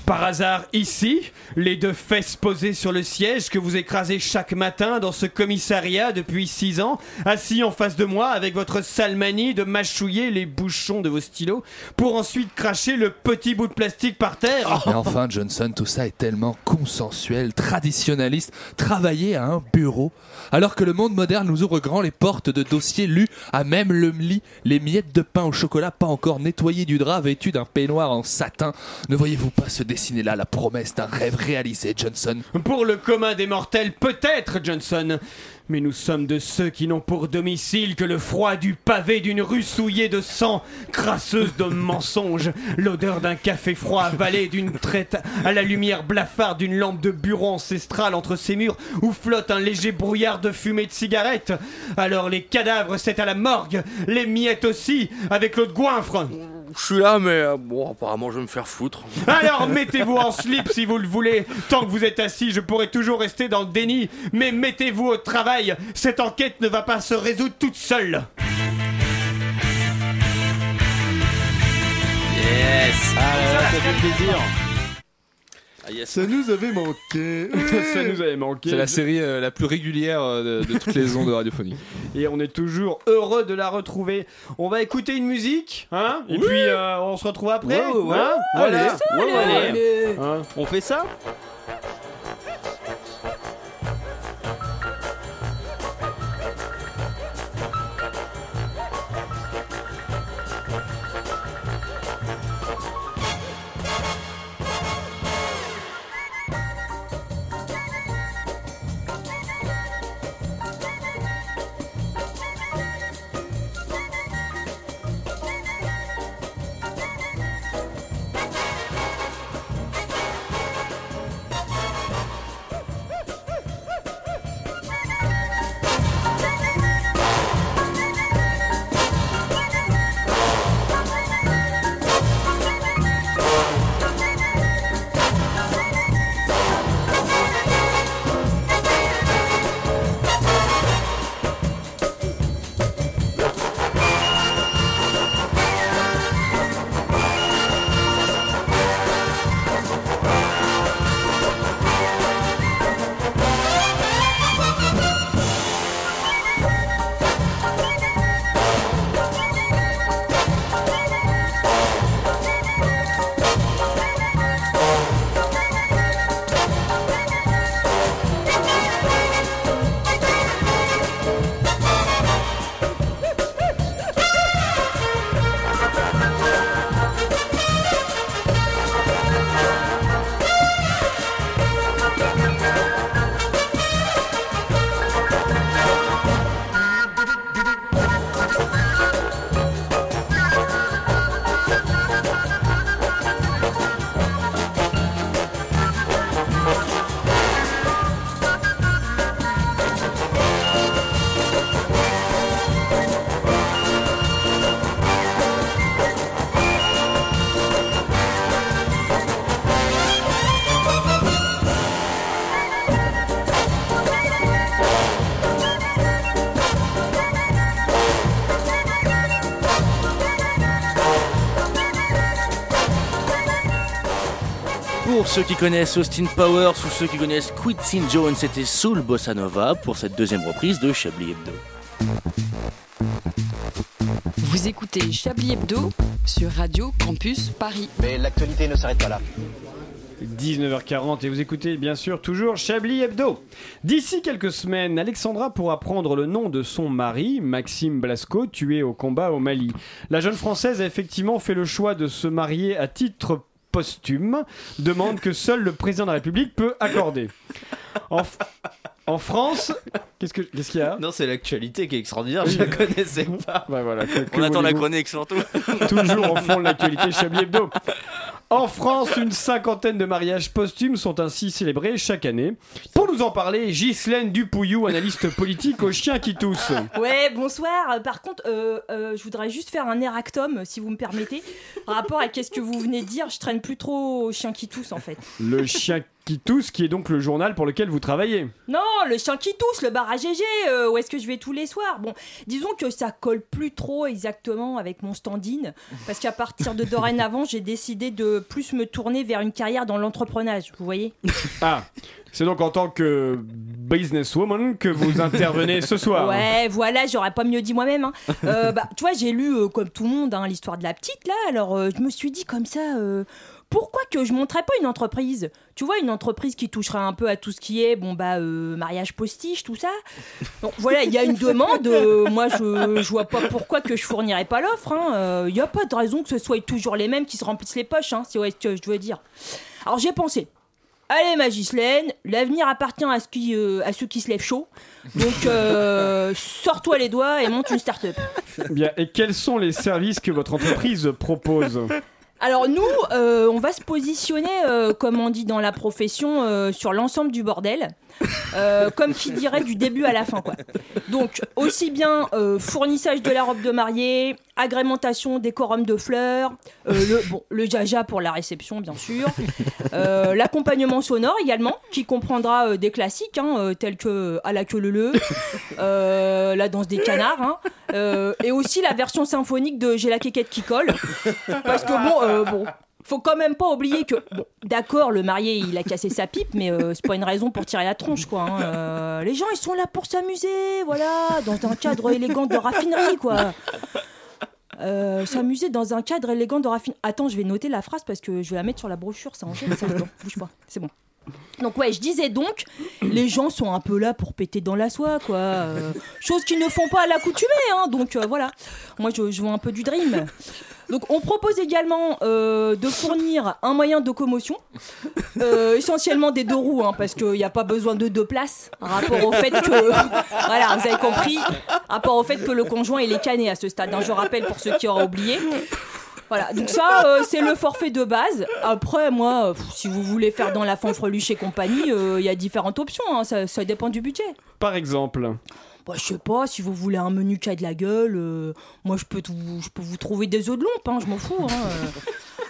Par hasard, ici, les deux fesses posées sur le siège que vous écrasez chaque matin dans ce commissariat depuis six ans, assis en face de moi avec votre sale manie de mâchouiller les bouchons de vos stylos pour ensuite cracher le petit bout de plastique par terre.
Mais enfin, Johnson, tout ça est tellement consensuel, traditionnaliste, travailler à un bureau, alors que le monde moderne nous ouvre grand les portes de dossiers lus à même le lit, les miettes de pain au chocolat pas encore nettoyées du drap vêtu d'un peignoir en satin. Ne voyez-vous pas se dessiner là la promesse d'un rêve réalisé, Johnson
Pour le commun des mortels, peut-être, Johnson. Mais nous sommes de ceux qui n'ont pour domicile que le froid du pavé d'une rue souillée de sang, crasseuse de mensonges, l'odeur d'un café froid avalé d'une traite à la lumière blafarde d'une lampe de bureau ancestrale entre ses murs où flotte un léger brouillard de fumée de cigarette. Alors les cadavres, c'est à la morgue, les miettes aussi, avec l'eau de goinfre.
Je suis là, mais euh, bon, apparemment, je vais me faire foutre.
Alors mettez-vous en slip si vous le voulez. Tant que vous êtes assis, je pourrai toujours rester dans le déni. Mais mettez-vous au travail. Cette enquête ne va pas se résoudre toute seule.
Yes Ah là là, ça fait plaisir
Ah,
Ça nous avait manqué.
Ça nous avait manqué.
C'est la série euh, la plus régulière euh, de, de toutes les ondes radiophoniques.
Et on est toujours heureux de la retrouver. On va écouter une musique, hein Et puis euh, on se retrouve après.
Ouais, ouais, ouais.
hein Voilà.
Allez,
Ouais, ouais,
allez.
allez. Hein
On fait ça
Thank
Pour ceux qui connaissent Austin Powers ou ceux qui connaissent Quincy Jones, c'était Soul Bossa Nova pour cette deuxième reprise de Chablis Hebdo.
Vous écoutez Chablis Hebdo sur Radio Campus Paris. Mais l'actualité ne s'arrête pas là.
19h40 et vous écoutez bien sûr toujours Chablis Hebdo. D'ici quelques semaines, Alexandra pourra prendre le nom de son mari, Maxime Blasco, tué au combat au Mali. La jeune Française a effectivement fait le choix de se marier à titre posthume, demande que seul le président de la République peut accorder. En, f- en France, qu'est-ce que- qu'est-ce qu'il y a Bah
Non, c'est l'actualité qui est extraordinaire, je la connaissais pas.
que
On attend la
voulez-vous
chronique surtout.
Toujours au fond de l'actualité Chablis Hebdo. En France, une cinquantaine de mariages posthumes sont ainsi célébrés chaque année. Pour nous en parler, Ghislaine Dupouillou, analyste politique au chien qui tousse.
Ouais, bonsoir. Euh, Par contre, euh, euh, je voudrais juste faire un eractum, euh, si vous me permettez, par rapport à qu'est-ce que vous venez de dire. Je traîne plus trop au chien qui tousse, en fait.
Le chien qui tousse, qui est donc le journal pour lequel vous travaillez.
Non, le chien qui tousse, le bar à GG, euh, où est-ce que je vais tous les soirs Bon, disons que ça colle plus trop exactement avec mon standing, parce qu'à partir de dorénavant, j'ai décidé de plus me tourner vers une carrière dans l'entrepreneuriat, vous voyez
Ah, c'est donc en tant que businesswoman que vous intervenez ce soir.
Ouais, voilà, j'aurais pas mieux dit moi-même. hein. Euh, bah, tu vois, j'ai lu, euh, comme tout le monde, hein, l'histoire de la petite, là. Alors, euh, je me suis dit comme ça, euh, pourquoi que je monterais pas une entreprise Tu vois, une entreprise qui toucherait un peu à tout ce qui est, bon, bah, euh, mariage postiche, tout ça. Donc, voilà, il y a une demande. euh, moi, je, je vois pas pourquoi que je fournirais pas l'offre. Il y a pas de raison que ce soit toujours les mêmes qui se remplissent les poches, hein, c'est ouais, ce que je veux dire. Alors, j'ai pensé. Allez, ma Ghislaine, l'avenir appartient à, ce qui, euh, à ceux qui se lèvent chaud. Donc, euh, sors-toi les doigts et monte une start-up.
Eh Bien, et quels sont les services que votre entreprise propose
Alors, nous, euh, on va se positionner, euh, comme on dit dans la profession, euh, sur l'ensemble du bordel. Euh, comme qui dirait du début à la fin, quoi. Donc, aussi bien euh, fournissage de la robe de mariée, agrémentation, décorum de fleurs, euh, le, bon, le jaja pour la réception, bien sûr. Euh, l'accompagnement sonore également, qui comprendra euh, des classiques hein, euh, tels que À la queue le le, euh, La danse des canards, hein, euh, et aussi la version symphonique de J'ai la quéquette qui colle. Parce que bon, euh, bon. Faut quand même pas oublier que, bon, d'accord, le marié il a cassé sa pipe, mais euh, c'est pas une raison pour tirer la tronche, quoi. hein. Euh, les gens ils sont là pour s'amuser, voilà, dans un cadre élégant de raffinerie, quoi. Euh, s'amuser dans un cadre élégant de raffinerie. Attends, je vais noter la phrase parce que je vais la mettre sur la brochure, ça enchaîne, ça attends, bouge pas, c'est bon. Donc ouais, je disais donc, les gens sont un peu là pour péter dans la soie, quoi. Euh, chose qu'ils ne font pas à l'accoutumée, hein, donc euh, voilà. Moi, je, je vois un peu du dream. Donc on propose également euh, de fournir un moyen de commotion, euh, essentiellement des deux roues, hein, parce qu'il n'y a pas besoin de deux places, rapport au fait que... voilà, vous avez compris, rapport au fait que le conjoint, il est cané à ce stade, hein, je rappelle pour ceux qui auraient oublié. Voilà, donc ça, euh, c'est le forfait de base. Après, moi, euh, pff, si vous voulez faire dans la fanfreluche et compagnie, euh, il y a différentes options, hein, ça, ça dépend du budget.
Par exemple.
Bah, je sais pas, si vous voulez un menu qui a de la gueule, euh, moi, je peux, tout- je peux vous trouver des œufs de lompe, hein, je m'en fous. hein, euh.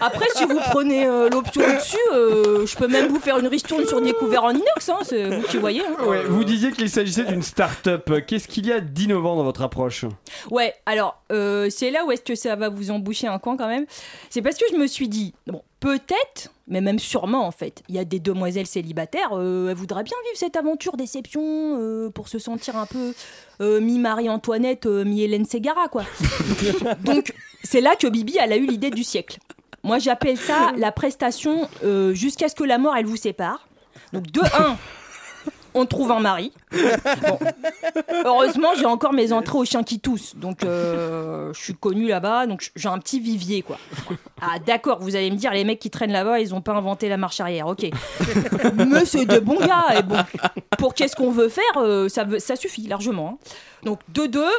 Après, si vous prenez euh, l'option au-dessus, euh, je peux même vous faire une ristourne sur des couverts en inox, hein, c'est vous qui voyez. hein.
Ouais, vous disiez qu'il s'agissait d'une start-up. Qu'est-ce qu'il y a d'innovant dans votre approche
Ouais, alors, euh, c'est là où est-ce que ça va vous emboucher un coin quand même. C'est parce que je me suis dit, bon, peut-être, mais même sûrement en fait, il y a des demoiselles célibataires, euh, elles voudraient bien vivre cette aventure déception euh, pour se sentir un peu euh, mi-Marie-Antoinette, euh, mi-Hélène Ségara, quoi. Donc, c'est là que Bibi, elle a eu l'idée du siècle. Moi, j'appelle ça la prestation euh, jusqu'à ce que la mort, elle vous sépare. Donc, de 1, on trouve un mari. Heureusement, j'ai encore mes entrées aux chiens qui toussent. Donc, euh, je suis connu là-bas, donc j'ai un petit vivier, quoi. Ah, d'accord, vous allez me dire, les mecs qui traînent là-bas, ils ont pas inventé la marche arrière, ok. Mais c'est de bons gars, et bon, pour qu'est-ce qu'on veut faire, euh, ça, veut- ça suffit largement. hein. Donc, de deux,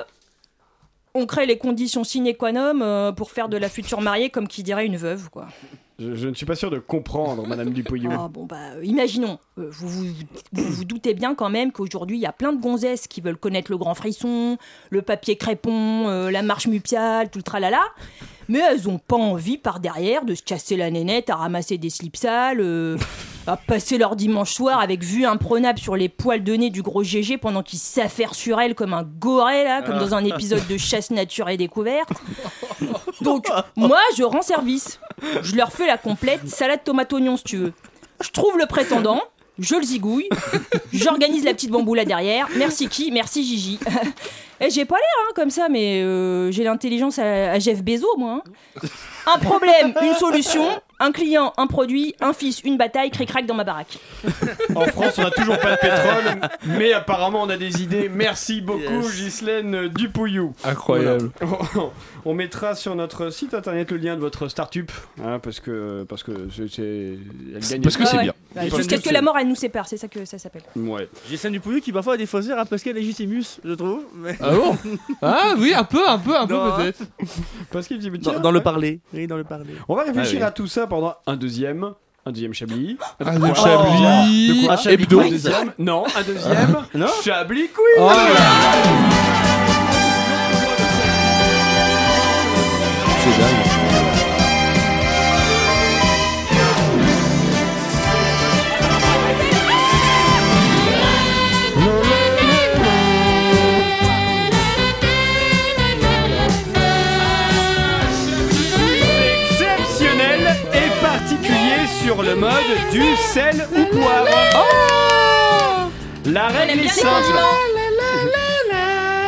on crée les conditions sine qua non euh, pour faire de la future mariée, comme qui dirait une veuve, quoi.
je, je ne suis pas sûr de comprendre, Madame Dupouillou.
Ah, bon, bah, euh, imaginons, euh, vous, vous, vous vous doutez bien quand même qu'aujourd'hui, il y a plein de gonzesses qui veulent connaître le grand frisson, le papier crépon, euh, la marche mupiale, tout le tralala. Mais elles ont pas envie, par derrière, de se casser la nénette à ramasser des slips sales, euh, à passer leur dimanche soir avec vue imprenable sur les poils de nez du gros GG pendant qu'il s'affaire sur elle comme un goré, là, comme dans un épisode de chasse nature et découverte. Donc, moi, je rends service. Je leur fais la complète salade tomate oignon, si tu veux. je trouve le prétendant, je le zigouille, j'organise la petite bamboula derrière. Merci qui Merci Gigi. Et j'ai pas l'air hein, comme ça, mais euh, j'ai l'intelligence à, à Jeff Bezos, moi. hein. Un problème, une solution, un client, un produit, un fils, une bataille, cric-crac dans ma baraque.
En France, on n'a toujours pas de pétrole, mais apparemment, on a des idées. Merci beaucoup, Ghislaine Dupouillou.
Incroyable.
Voilà. On mettra sur notre site internet le lien de votre startup, hein, parce que parce que c'est- c'est elle gagne-
Parce que c'est
Ah Ouais, ouais. Ouais, Jusqu'à ce que la mort, elle nous sépare, c'est ça que ça s'appelle.
Ouais.
Ghislaine Dupouillou qui parfois a des fausses airs à Pascal Légitimus, je trouve. mais-
Ah bon Ah oui, un peu, un peu, un peu
Non, hein.
peut-être.
Parce qu'il dit
Dans-
tiens,
dans le
ouais.
parler. Oui, dans le parler.
On va réfléchir
Ah oui.
à tout ça pendant un deuxième. Un deuxième Chablis.
Un deuxième Chablis.
De quoi
Un Chablis
Hebdo.
quiz.
Un deuxième. Non,
Ah.
un deuxième. Chablis quiz.
C'est dingue.
Exceptionnel et particulier sur le mode du sel ou poivre. La
On aime
règle est
bien les
simple.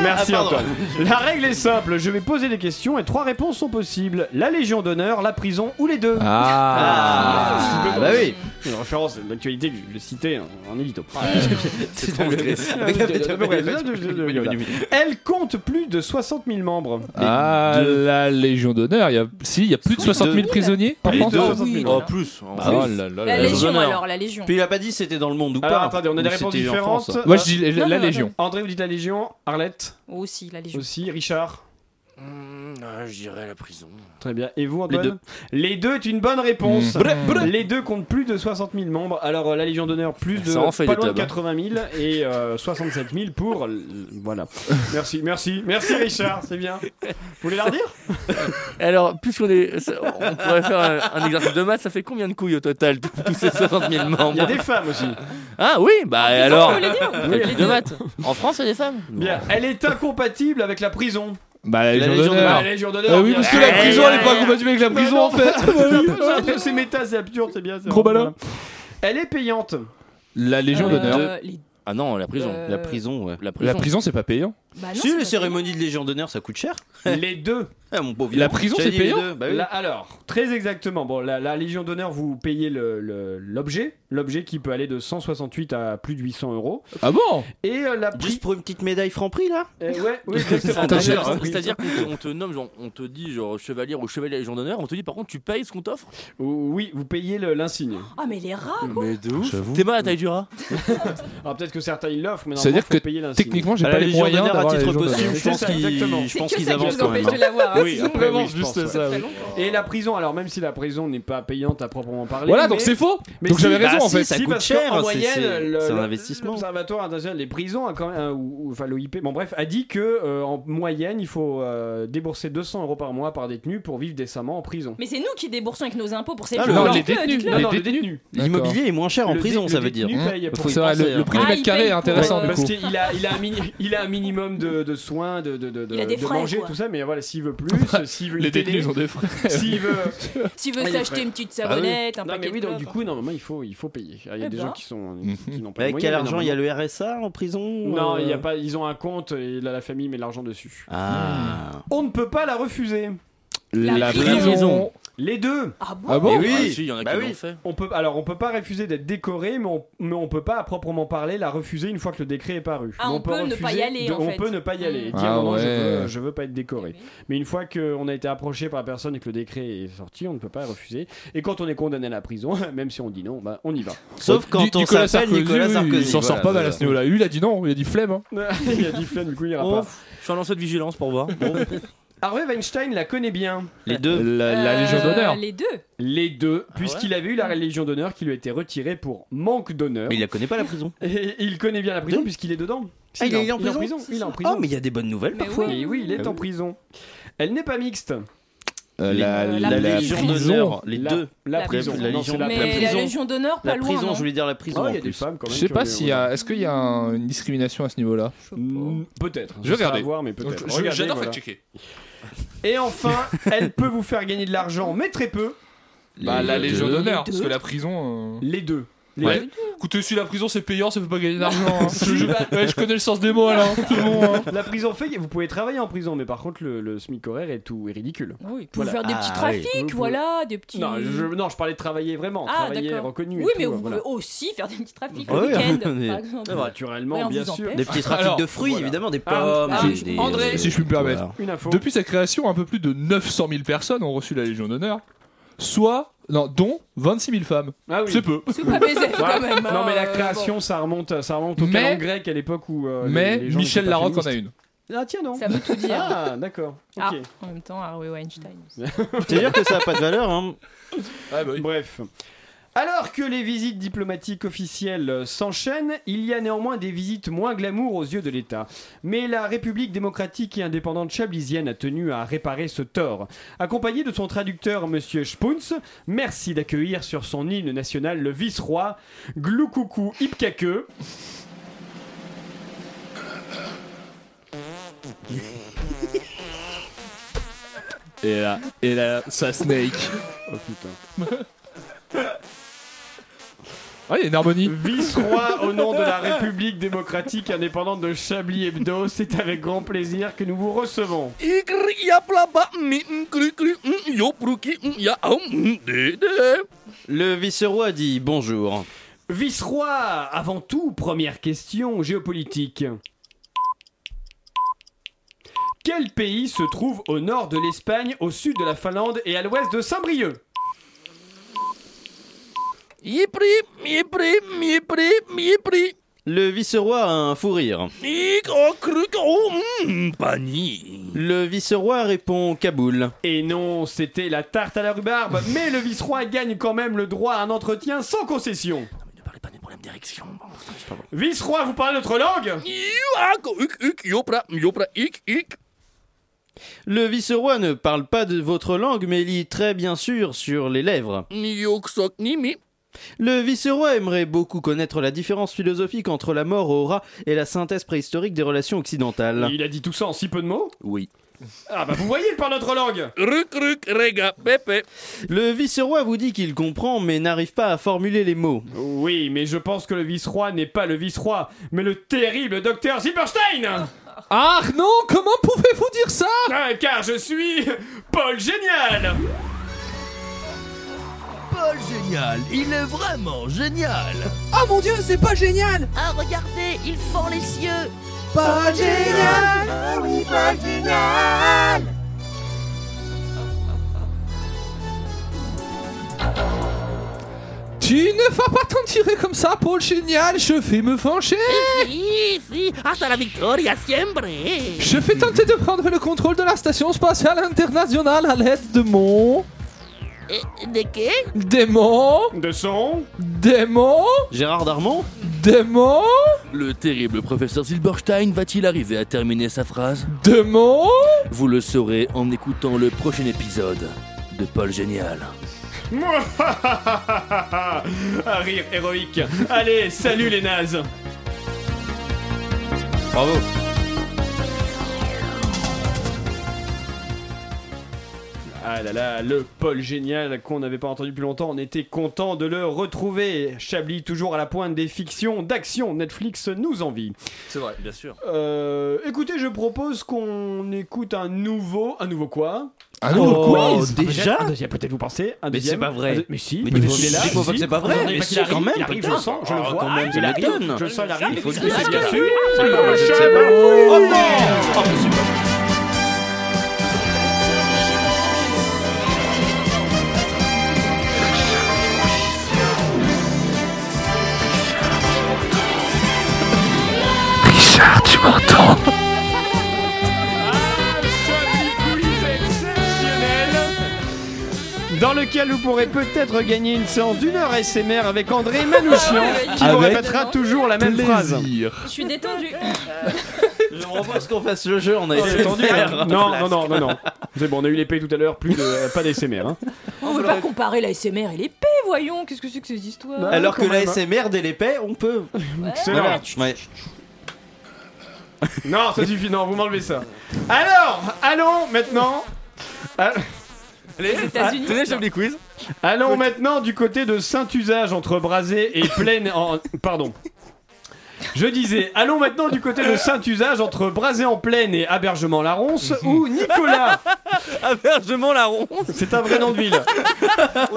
Merci
Ah, pardon.
Antoine. La règle est simple, je vais poser des questions et trois réponses sont possibles. La Légion d'honneur, la prison ou les deux.
Ah.
Ah,
Bah oui. Ah,
Une référence à l'actualité que je le citais en, en édito.
C'est Ah, transgressé.
Elle compte plus de 60 000 membres.
Ah, la Légion d'honneur, il y a... si, il y a plus de 60 000 prisonniers en
Plus
France
de 60 000.
Oh,
plus.
Bah, oh là là là.
La Légion, alors, la Légion.
Puis il a pas dit si c'était dans le monde ou
Alors
pas.
attendez, on a
Ou
des
si
réponses
c'était en
différentes. Euh,
France.
Moi, je dis la- la-
Non, non, non,
Légion.
André, vous dites la Légion. Arlette
Aussi, la Légion.
Aussi. Richard
Hmm, ah,
je dirais la prison.
Très bien. Et vous, Antoine
Les deux.
Les deux est une bonne réponse.
Mmh. Brr, brr.
Les deux comptent plus de 60 000 membres. Alors, euh, la Légion d'honneur, plus de,
Ça en fait
pas
des
loin de
tabs, hein.
80 000 et euh, 67 000 pour. l- Voilà. Merci, merci, merci Richard, c'est bien. Vous voulez la redire
Alors, puisqu'on est. ça- On pourrait faire un, un exercice de maths, ça fait combien de couilles au total, tous tous ces 60 000 membres
Il y a des femmes aussi.
Ah oui, bah
Ah,
alors.
on peut le dire.
Un
Oui,
exercice
les
de
deux.
maths. En France, il y a des femmes
Bien. Elle est incompatible avec la prison.
Bah, la Légion
Légion
d'honneur.
d'honneur. La Légion d'honneur,
Ah oui,
bien
parce que
sûr.
la
Eh,
prison, elle est pas Ah
eh,
compatible avec la
Mais
prison
non,
en fait.
c'est un peu- c'est un peu- C'est méta, c'est absurde, c'est bien. c'est
Gros
vraiment-
balin.
Elle est payante.
La Légion
Euh,
d'honneur.
les-
Ah non, la prison.
Euh,
La prison, ouais. La
La prison, c'est pas payant.
si, les cérémonies de Légion d'honneur, ça coûte cher.
Les deux.
Ah, mon pauvre
La
vieux.
prison,
J'avais
c'est
dit les
payant
deux, bah oui.
La- alors, très exactement. Bon, la, la Légion d'honneur, vous payez le- le- l'objet, l'objet qui peut aller de 168 à plus de 800 euros.
Ah bon
Et euh, la Eh,
Juste pour une petite médaille Franprix là
ouais, oui, exactement.
C'est-à-dire
Franprix.
hein. c'est-à-dire qu'on te, on te nomme, genre, on te dit genre chevalier ou chevalier légion d'honneur, on te dit par contre tu payes ce qu'on t'offre
Oui, vous payez le- l'insigne.
Ah, mais les rats, quoi.
Mais d'où
T'es mal à la taille du rat
Ah, peut-être que certains ils l'offrent, mais
C'est-à-dire
normalement, faut
que
payer l'insigne.
techniquement, j'ai pas les moyens d'avoir la Légion d'honneur.
C'est ça, exactement.
je pense qu'ils avancent quand même. hein.
Oui, après, oui, je pense, ouais. Et la prison, alors même si la prison n'est pas payante à proprement parler.
Voilà,
mais-
donc c'est faux.
Mais
Donc
si,
j'avais
bah
raison, en
si,
fait.
si,
Ça coûte
parce qu'en
cher, c'est-
moyenne,
c'est-
le-
c'est un
le-
investissement.
L'Observatoire international des prisons, a quand même, euh, ou, ou- enfin l'OIP, bon bref, a dit que euh, en moyenne, il faut euh, débourser 200 euros par mois par détenu pour vivre décemment en prison.
Mais c'est nous qui déboursons avec nos impôts pour ces
Ah,
gens.
non,
Dites-le,
les détenus,
dites-le.
non, non, les détenus.
L'immobilier est moins cher en
Le
prison,
dé-
ça
le
veut dire. Hein,
détenu paye pour-
Faut savoir, le, le prix du
Ah,
mètre
il
carré
paye
est intéressant
pour,
du
euh,
coup.
Parce qu'il a, il a, un mini- il a un minimum de, de soins, de, de, de,
Il a des
de
frais,
manger,
quoi.
tout ça, mais voilà, s'il veut plus, s'il veut une
Les
télé,
détenus ont des frais.
S'il veut,
S'il
Ah,
veut
il est
s'acheter
frais.
une petite
Ah oui.
savonnette, un
Non,
paquet
mais oui,
de
donc
clopes.
du coup, normalement, il faut, il faut payer. Il y a
Eh
des gens
ben.
qui sont qui n'ont pas les
Mhm. Avec quel
moyens,
argent
mais
Il y a le RSA en prison
Non,
euh,
il y a pas, ils ont un compte et la, la famille met l'argent dessus.
Ah.
On ne peut pas la refuser.
La La prison. prison.
Les deux.
Ah
bon Ah bon
oui.
Ah si, il y en a qui l'ont fait.
On peut, alors, on peut pas refuser d'être décoré, mais on, mais on peut pas, à proprement parler, la refuser une fois que le décret est paru.
Ah,
Mais
on peut ne pas y
refuser
aller,
de-
en
on
fait.
peut ne pas y aller. Et dire
Ah
non, non, je,
ouais.
veux, je veux pas être décoré. Mais une fois qu'on a été approché par la personne et que le décret est sorti, on ne peut pas refuser. Et quand on est condamné à la prison, même si on dit non, bah, on y va.
Sauf quand on
Nicolas
s'appelle
Sarkozy,
Nicolas
oui,
Sarkozy.
Il s'en sort
Voilà,
pas mal
c'est
à
ça.
ce niveau-là. Lui, il a dit non, il a dit flemme. hein.
il a dit flemme, du coup, il ira
Oh,
pas.
Je suis en lanceau de vigilance pour voir. Bon.
Harvey Weinstein la connaît bien.
Les deux.
La, la Légion
Euh,
d'honneur.
Les deux.
Les
Ah
deux, puisqu'il avait eu la Légion d'honneur qui lui a été retirée pour manque d'honneur.
Mais il la connaît pas la prison.
Et il connaît bien la prison puisqu'il est dedans.
Ah, il est
en-
il est en prison
Il est en prison.
Oh, mais il y a des bonnes nouvelles
Mais
parfois.
Ah oui, oui, il est en prison. Elle n'est pas mixte.
Euh, la,
la Légion d'honneur, les
La-
deux.
La,
La
prison.
prison. La
Non,
Légion-
c'est la
Mais
prison.
La Légion d'honneur, pas loin. non
dire la prison.
Ah, il y a
en
des
plus.
femmes quand
Je
même.
sais pas
qui ont-
s'il y a. Est-ce qu'il y a un- une discrimination à ce niveau-là
Mm, Peut-être.
Je vais regarder.
Voir, mais peut-être.
Je- je-
Regardez,
j'adore
voilà.
fact-checker.
Et enfin, elle peut vous faire gagner de l'argent, mais très peu.
Bah, la
Les
Légion
deux.
d'honneur,
Les
parce
deux.
que la prison.
Les deux. Les
Ouais.
deux.
Écoutez, si la prison c'est payant, ça fait pas gagner d'argent. hein. je, je- ouais, je connais le sens des mots là, hein, tout le monde. hein.
La prison fait, vous pouvez travailler en prison, mais par contre, le, le SMIC horaire et tout est ridicule.
Ah Oui, Pour faire des petits
Ah,
trafics, voilà, des petits.
Non je, non, je parlais de travailler vraiment,
Ah,
travailler
d'accord.
reconnu. et
Oui, mais
tout,
vous
voilà.
pouvez aussi faire des petits trafics
Ah
le
oui,
week-end,
mais-
par exemple.
C'est vrai. Ah, bah, Naturellement,
Ouais, on
bien
vous
sûr.
empêche.
Des petits trafics de fruits, évidemment, des pommes.
Ah, ah,
des- des-
André,
des-
si je puis me permettre,
voilà.
depuis sa création, un peu plus de 900 000 personnes ont reçu la Légion d'honneur, soit, non, dont 26 000 femmes.
Ah oui.
C'est peu.
C'est
pas baiser, quand même, hein,
Non, mais la
euh,
création,
bon.
ça remonte, ça remonte au
Mais-
canon grec à l'époque où. euh, les-
Mais
les gens
Michel
n'étaient pas
Larocque en a
féministes.
une.
Ah tiens non.
Ça veut tout dire.
Ah d'accord.
Ah,
Ok.
en même temps, Harvey Weinstein. aussi.
C'est dire que ça a pas de valeur. Hein.
Ah, bah
Bref. Alors que les visites diplomatiques officielles euh, s'enchaînent, il y a néanmoins des visites moins glamour aux yeux de l'État. Mais la République démocratique et indépendante chablisienne a tenu à réparer ce tort. Accompagné de son traducteur Monsieur Spoons, merci d'accueillir sur son île nationale le vice-roi Gloukoukou Ipkake.
Et là, et là, ça snake.
Oh putain.
Ah, il y a une harmonie.
Vice-roi au nom de la République démocratique indépendante de Chablis Hebdo, c'est avec grand plaisir que nous vous recevons.
mm,
Le vice-roi dit bonjour.
Vice-roi, avant tout, première question géopolitique. Quel pays se trouve au nord de l'Espagne, au sud de la Finlande et à l'ouest de Saint-Brieuc
Yipri, yipri, yipri, yipri.
Le vice-roi a un fou rire.
Ik, oh, kruk, oh, mm, pani.
Le vice-roi répond Kaboul.
Et non, c'était la tarte à la rhubarbe, mais le vice-roi gagne quand même le droit à un entretien sans concession.
Direction.
Vice-roi, vous parlez notre langue
Yoak, uk, uk, yopra, yopra, ik, ik.
Le vice-roi ne parle pas de votre langue, mais lit très bien sûr sur les lèvres.
Yok, sok, nimi.
Le vice-roi aimerait beaucoup connaître la différence philosophique entre la mort au rat et la synthèse préhistorique des relations occidentales.
Il a dit tout ça en si peu de mots
Oui.
Ah bah vous voyez, il parle notre langue
Ruk, ruk, rega, pepe.
Le vice-roi vous dit qu'il comprend, mais n'arrive pas à formuler les mots.
Oui, mais je pense que le vice-roi n'est pas le vice-roi, mais le terrible docteur Zilberstein
Ah non, comment pouvez-vous dire ça
Ah, Car je suis Paul Génial
Paul génial, il est vraiment génial.
Oh mon dieu, c'est pas génial
Ah regardez, ils font les cieux.
Pas génial
Ah oui, Paul génial.
Tu ne vas pas t'en tirer comme ça, Paul Génial, je vais me venger
Eh, Si, si, hasta la victoria siempre.
Je vais tenter de prendre le contrôle de la station spatiale internationale à l'aide de mon...
Eh, De qué
Démon
De son
Démon
Gérard Darmon
Démon
Le terrible professeur Silberstein va-t-il arriver à terminer sa phrase
Démon
Vous le saurez en écoutant le prochain épisode de Paul Génial.
Un rire héroïque Allez, salut les nazes
Bravo
Ah là là, le Paul Génial qu'on n'avait pas entendu plus longtemps, on était content de le retrouver. Chablis toujours à la pointe des fictions, d'action, Netflix nous envie.
C'est vrai, bien sûr.
Euh, écoutez, je propose qu'on écoute un nouveau... Un nouveau quoi
Un nouveau
Oh,
quiz
déjà Un deuxième, peut-être vous pensez un
Mais
deuxième,
c'est pas vrai.
un deux- Mais si,
Mais
mais
tu
il
me
est là,
dis pas
si.
que c'est pas vrai.
Vous
Mais
en avez
si,
il arrive,
quand même,
il arrive, je
putain.
le sens, je le
Ah,
vois.
quand même,
il
ça
arrive,
m'étonne.
Je le sens, il arrive.
Il faut
Il
que
se
je
laisse
le
dessus.
sache.
C'est
Ah,
pas
je
possible.
sais pas.
Oh,
Oh,
non.
Richard, tu m'entends
Dans lequel vous pourrez peut-être gagner une séance d'une heure SMR avec André
Ah
Manouchian, qui vous
Avec
répétera toujours la même phrase.
Je suis détendu.
Je propose qu'on fasse le jeu, on a
Oh,
essayé de
détendu, hein.
faire.
Non, non, non, non, non. C'est bon, on a eu l'épée tout à l'heure, plus de, pas d'SMR. Hein.
On veut pas comparer la SMR et l'épée, voyons. Qu'est-ce que c'est que ces histoires
Alors que
quand
la
même, hein.
SMR dès l'épée, on peut.
Excellent.
Ouais.
Non, ça suffit, non, vous m'enlevez ça. Alors, allons maintenant. à-
Allez,
États-Unis.
tenez, j'aime les quiz.
Allons maintenant du côté de Saint-Usage entre Brazé et Plaine. en... Pardon. Je disais, allons maintenant du côté de Saint-Usage entre Brazé-en-Plaine et Abergement-la-Ronce où Nicolas.
Ah,
Abergement-la-Ronce
C'est un vrai nom de ville.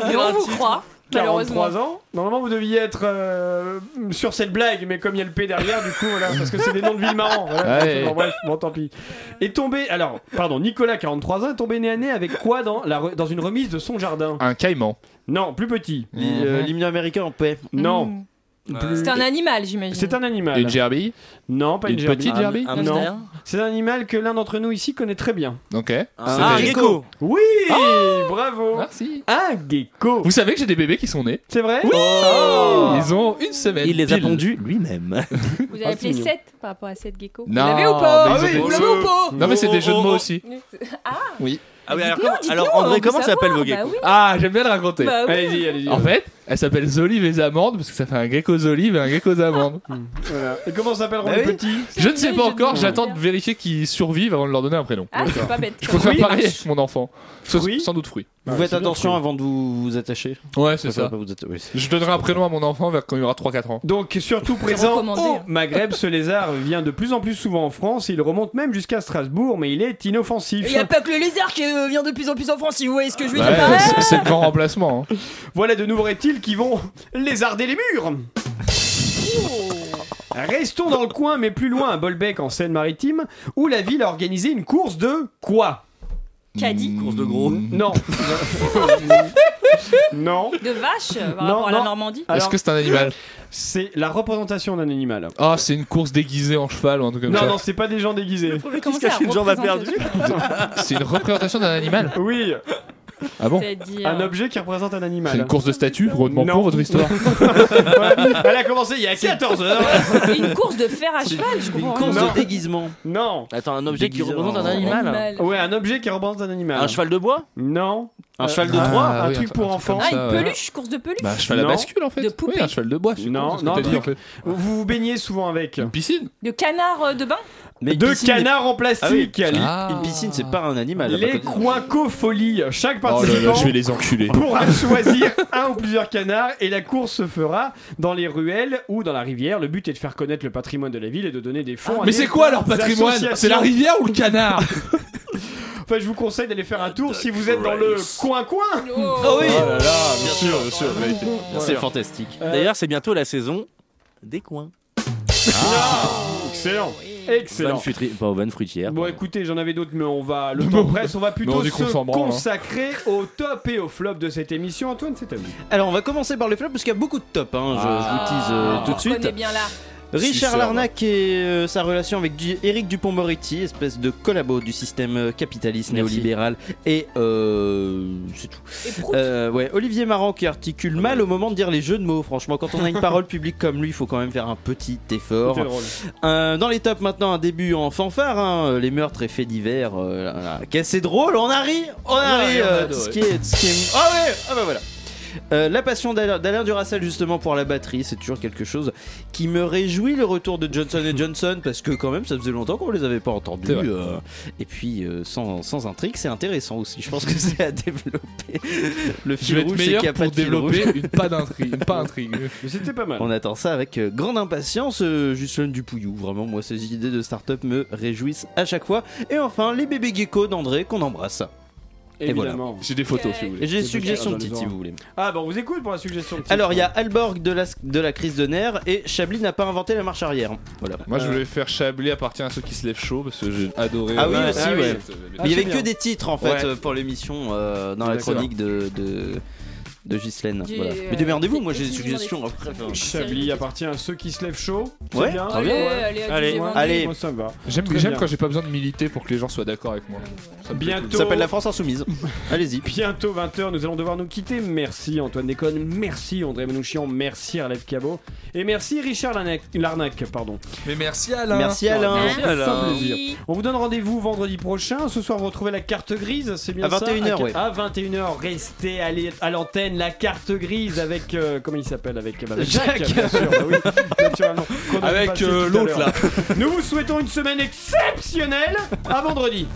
Mais on vous croit, malheureusement.
43 ans. Normalement, vous deviez être euh, sur cette blague, mais comme il y a le P derrière, du coup, voilà, parce que c'est des noms de villes marrants. voilà.
Ah Ouais.
Bon, bref, bon, tant pis. Et tombé, alors, pardon, Nicolas, 43 ans, est tombé nez à nez avec quoi dans, la re- dans une remise de son jardin
Un caïman.
Non, plus petit.
euh, Mhm. américain en
Ah,
paix.
Non. Plus-
Mmh. C'est un animal, j'imagine.
C'est un animal.
Une gerbille
Non, pas une,
Ah, Une
gerbille.
petite Un- gerbille un hamster
hein.
Non. C'est un animal que l'un d'entre nous ici connaît très bien.
Ok.
Ah,
C'était-
gecko. Oui, bravo.
Merci.
Ah.
Un gecko.
Vous savez que j'ai des bébés qui sont nés
C'est vrai
Oui Ah
Oh.
Ils ont une semaine.
Il les a
pile.
pondus lui-même.
Vous avez
Ah, c'est
appelé
mignon.
7 par rapport à 7 geckos
Non,
Vous l'avez ou pas
mais ils ont fait- Non, mais c'est des jeux de mots aussi.
Ah
Oui.
Ah oui, alors,
Dites-nous,
comment- alors
dites-nous, on
André,
veut
comment
savoir,
s'appellent vos
bah
geckos
oui.
Ah, j'aime bien le raconter.
Bah oui.
Allez-y, allez-y.
En fait, elle s'appelle Zolive et Zamande parce que ça fait un gecko Zolive et un gecko Zamande.
Ah,
Voilà. Et comment s'appelleront
Ah
Bah
les
oui.
petits
Je ne sais pas encore,
mots.
j'attends de vérifier qu'ils survivent avant de leur donner un prénom.
Ah, c'est pas bête.
Je
ça.
peux faire
Oui.
pareil avec mon enfant. Ce- Sans doute fruit.
Vous faites attention avant de vous, vous attacher.
Ouais, c'est
Préfère
ça.
pas vous atta- oui.
Je donnerai un prénom à mon enfant vers quand il aura 3-4 ans.
Donc surtout présent
hein.
au Maghreb, ce lézard vient de plus en plus souvent en France. Il remonte même jusqu'à Strasbourg, mais il est inoffensif.
Il n'y a pas que le lézard qui euh, vient de plus en plus en France, si vous voyez ce que je veux
Ouais,
dire. par là.
Ah,
c'est- c'est le grand remplacement. hein.
Voilà de nouveaux reptiles qui vont lézarder les murs. Restons dans le coin, mais plus loin, à Bolbec, en Seine-Maritime, où la ville a organisé une course de quoi
Caddie
Course de
Mmh.
gros Non. non.
De vache euh, par
Non,
rapport à la
non.
Normandie
Est-ce que c'est un animal
C'est la représentation d'un animal.
Ah, c'est une course déguisée en cheval ou un truc comme
Non,
ça.
non, c'est pas des gens déguisés.
Comment ça, représente-
C'est une représentation d'un animal
Oui.
Ah bon
C'est-à-dire-
Un objet qui représente un animal.
C'est une course de statut Heureusement pour votre histoire.
Elle a commencé il y a 14 heures.
Une course de fer à cheval, je comprends.
course
rien.
de
déguisement.
Non.
Attends, un objet qui
Déguiseur
représente un
en-
animal.
Animal.
Ouais, un objet qui représente un animal.
Un cheval de bois
Non.
Un
Euh,
cheval de
un-
Troie
Un
oui,
truc
un-
pour
un truc
enfants.
comme ça,
Ah, une
ouais.
peluche, course de peluche.
Bah, un cheval à
Non.
bascule en fait.
De poupée.
Oui, un cheval de bois. je sais pas
Non,
ce que
non,
t'as
un
dit,
truc.
en fait.
Vous vous baignez souvent avec.
Une piscine
De canard euh, de bain
Mais
Deux
piscine-
canards en
Ah oui.
plastique. Les-
Une piscine, c'est pas un
Ah,
animal. là,
Les
par contre.
coincofolies. Chaque
Oh là
participant
là, je vais les enculer.
pourra choisir un ou plusieurs canards et la course se fera dans les ruelles ou dans la rivière. Le but est de faire connaître le patrimoine de la ville et de donner des fonds à
Ah, Mais
des
c'est quoi leur patrimoine C'est la
associations.
rivière ou le canard
Enfin, je vous conseille d'aller faire un tour si vous êtes dans le coin-coin.
Oh
oui.
là là, bien sûr, bien sûr. mec.
C'est fantastique.
D'ailleurs,
D'ailleurs, c'est bientôt la saison des coins.
Excellent. Excellent.
Pas vanne fruitière.
Bon écoutez, j'en avais d'autres mais on va le temps presse, on va
Non,
plutôt
on dit
se
qu'on s'en branle, hein.
consacrer au top et au flop de cette émission. Antoine, c'est à vous.
Alors, on va commencer par les flops parce qu'il y a beaucoup de tops. hein, Je, je vous tease euh, tout de
Ah, On est
suite.
bien là.
Richard
Suceur,
Larnac et euh, sa relation avec du- Éric Dupont-Moretti, espèce de collabo du système euh, capitaliste néolibéral. Et euh, c'est tout. Euh, ouais, Olivier Marant qui articule mal au moment de dire les jeux de mots. Franchement, quand on a une parole publique comme lui, il faut quand même faire un petit effort.
C'était drôle.
Euh, dans les tops maintenant, un début en fanfare. hein, euh, les meurtres et faits divers. euh, là, là. Qu'est-ce que c'est drôle, on a ri, on a
a
ri.
ri, on a
euh,
adoré.
ce qui est- ce qui est- Ah ouais, ah bah voilà. Euh, la passion d'Alain d'Alain Duracell justement pour la batterie, c'est toujours quelque chose qui me réjouit le retour de Johnson Johnson parce que quand même ça faisait longtemps qu'on les avait pas entendus.
C'est vrai.
euh, et puis euh, sans, sans intrigue, c'est intéressant aussi. Je pense que c'est à développer. Le
Je
fil
vais être
rouge, c'est qu'il
meilleur
n'y a pas
pour
de fil rouge.
développer une pas d'intrigue. Une pas intrigue.
Mais c'était pas mal.
On attend ça avec euh, grande impatience, euh, Justine Dupouillou. Vraiment, moi, ces idées de start-up me réjouissent à chaque fois. Et enfin, les bébés geckos d'André qu'on embrasse. Et voilà.
Évidemment.
J'ai des photos si vous voulez.
Et j'ai des suggestions de
petites
titres, si vous voulez.
Ah bah on vous écoute pour la suggestion de titres.
Alors, il y a Alborg de la, de la crise de nerfs et Chablis n'a pas inventé la marche arrière. Voilà.
Moi je voulais faire Chablis appartient à ceux qui se lèvent chaud parce que j'ai adoré.
Ah oui,
Ouais,
aussi,
ah oui.
ouais. Mais il y
c'est
avait
bien.
que des titres en fait
Ouais.
euh, pour l'émission euh, dans la
D'accord.
chronique de. de... De Ghislaine.
Du-
Voilà.
euh,
Mais démerdez-vous, moi
des-
j'ai des
des-
suggestions.
des-
après.
Chablis appartient à ceux qui se lèvent chaud. C'est
Ouais,
bien.
très bien,
Allez, ouais. allez, adieu,
Allez. j'ai vendu. Allez.
Moi, ça me va.
J'aime
Très
j'aime
bien.
quand j'ai pas besoin de militer pour que les gens soient d'accord avec moi. Ça me plaît
Bientôt.
Ça s'appelle La France Insoumise. Allez-y.
Bientôt 20h, nous allons devoir nous quitter. Merci Antoine Déconne, merci André Manouchian, merci Arlette Cabot et merci Richard Larnac, Larnac, pardon.
Mais merci Alain.
Merci Alain.
Merci,
Alain.
sans plaisir. On vous donne rendez-vous vendredi prochain. Ce soir, vous retrouvez la carte grise, c'est bien
À 21h,
ça
ouais.
À 21h, restez à l'é- à l'antenne, la carte grise avec. euh, comment il s'appelle avec, bah, avec
Jacques.
bien sûr, bah oui, naturellement, qu'on a
Avec,
passé
euh,
tout à
l'autre,
l'heure. Nous vous souhaitons une semaine exceptionnelle. À vendredi.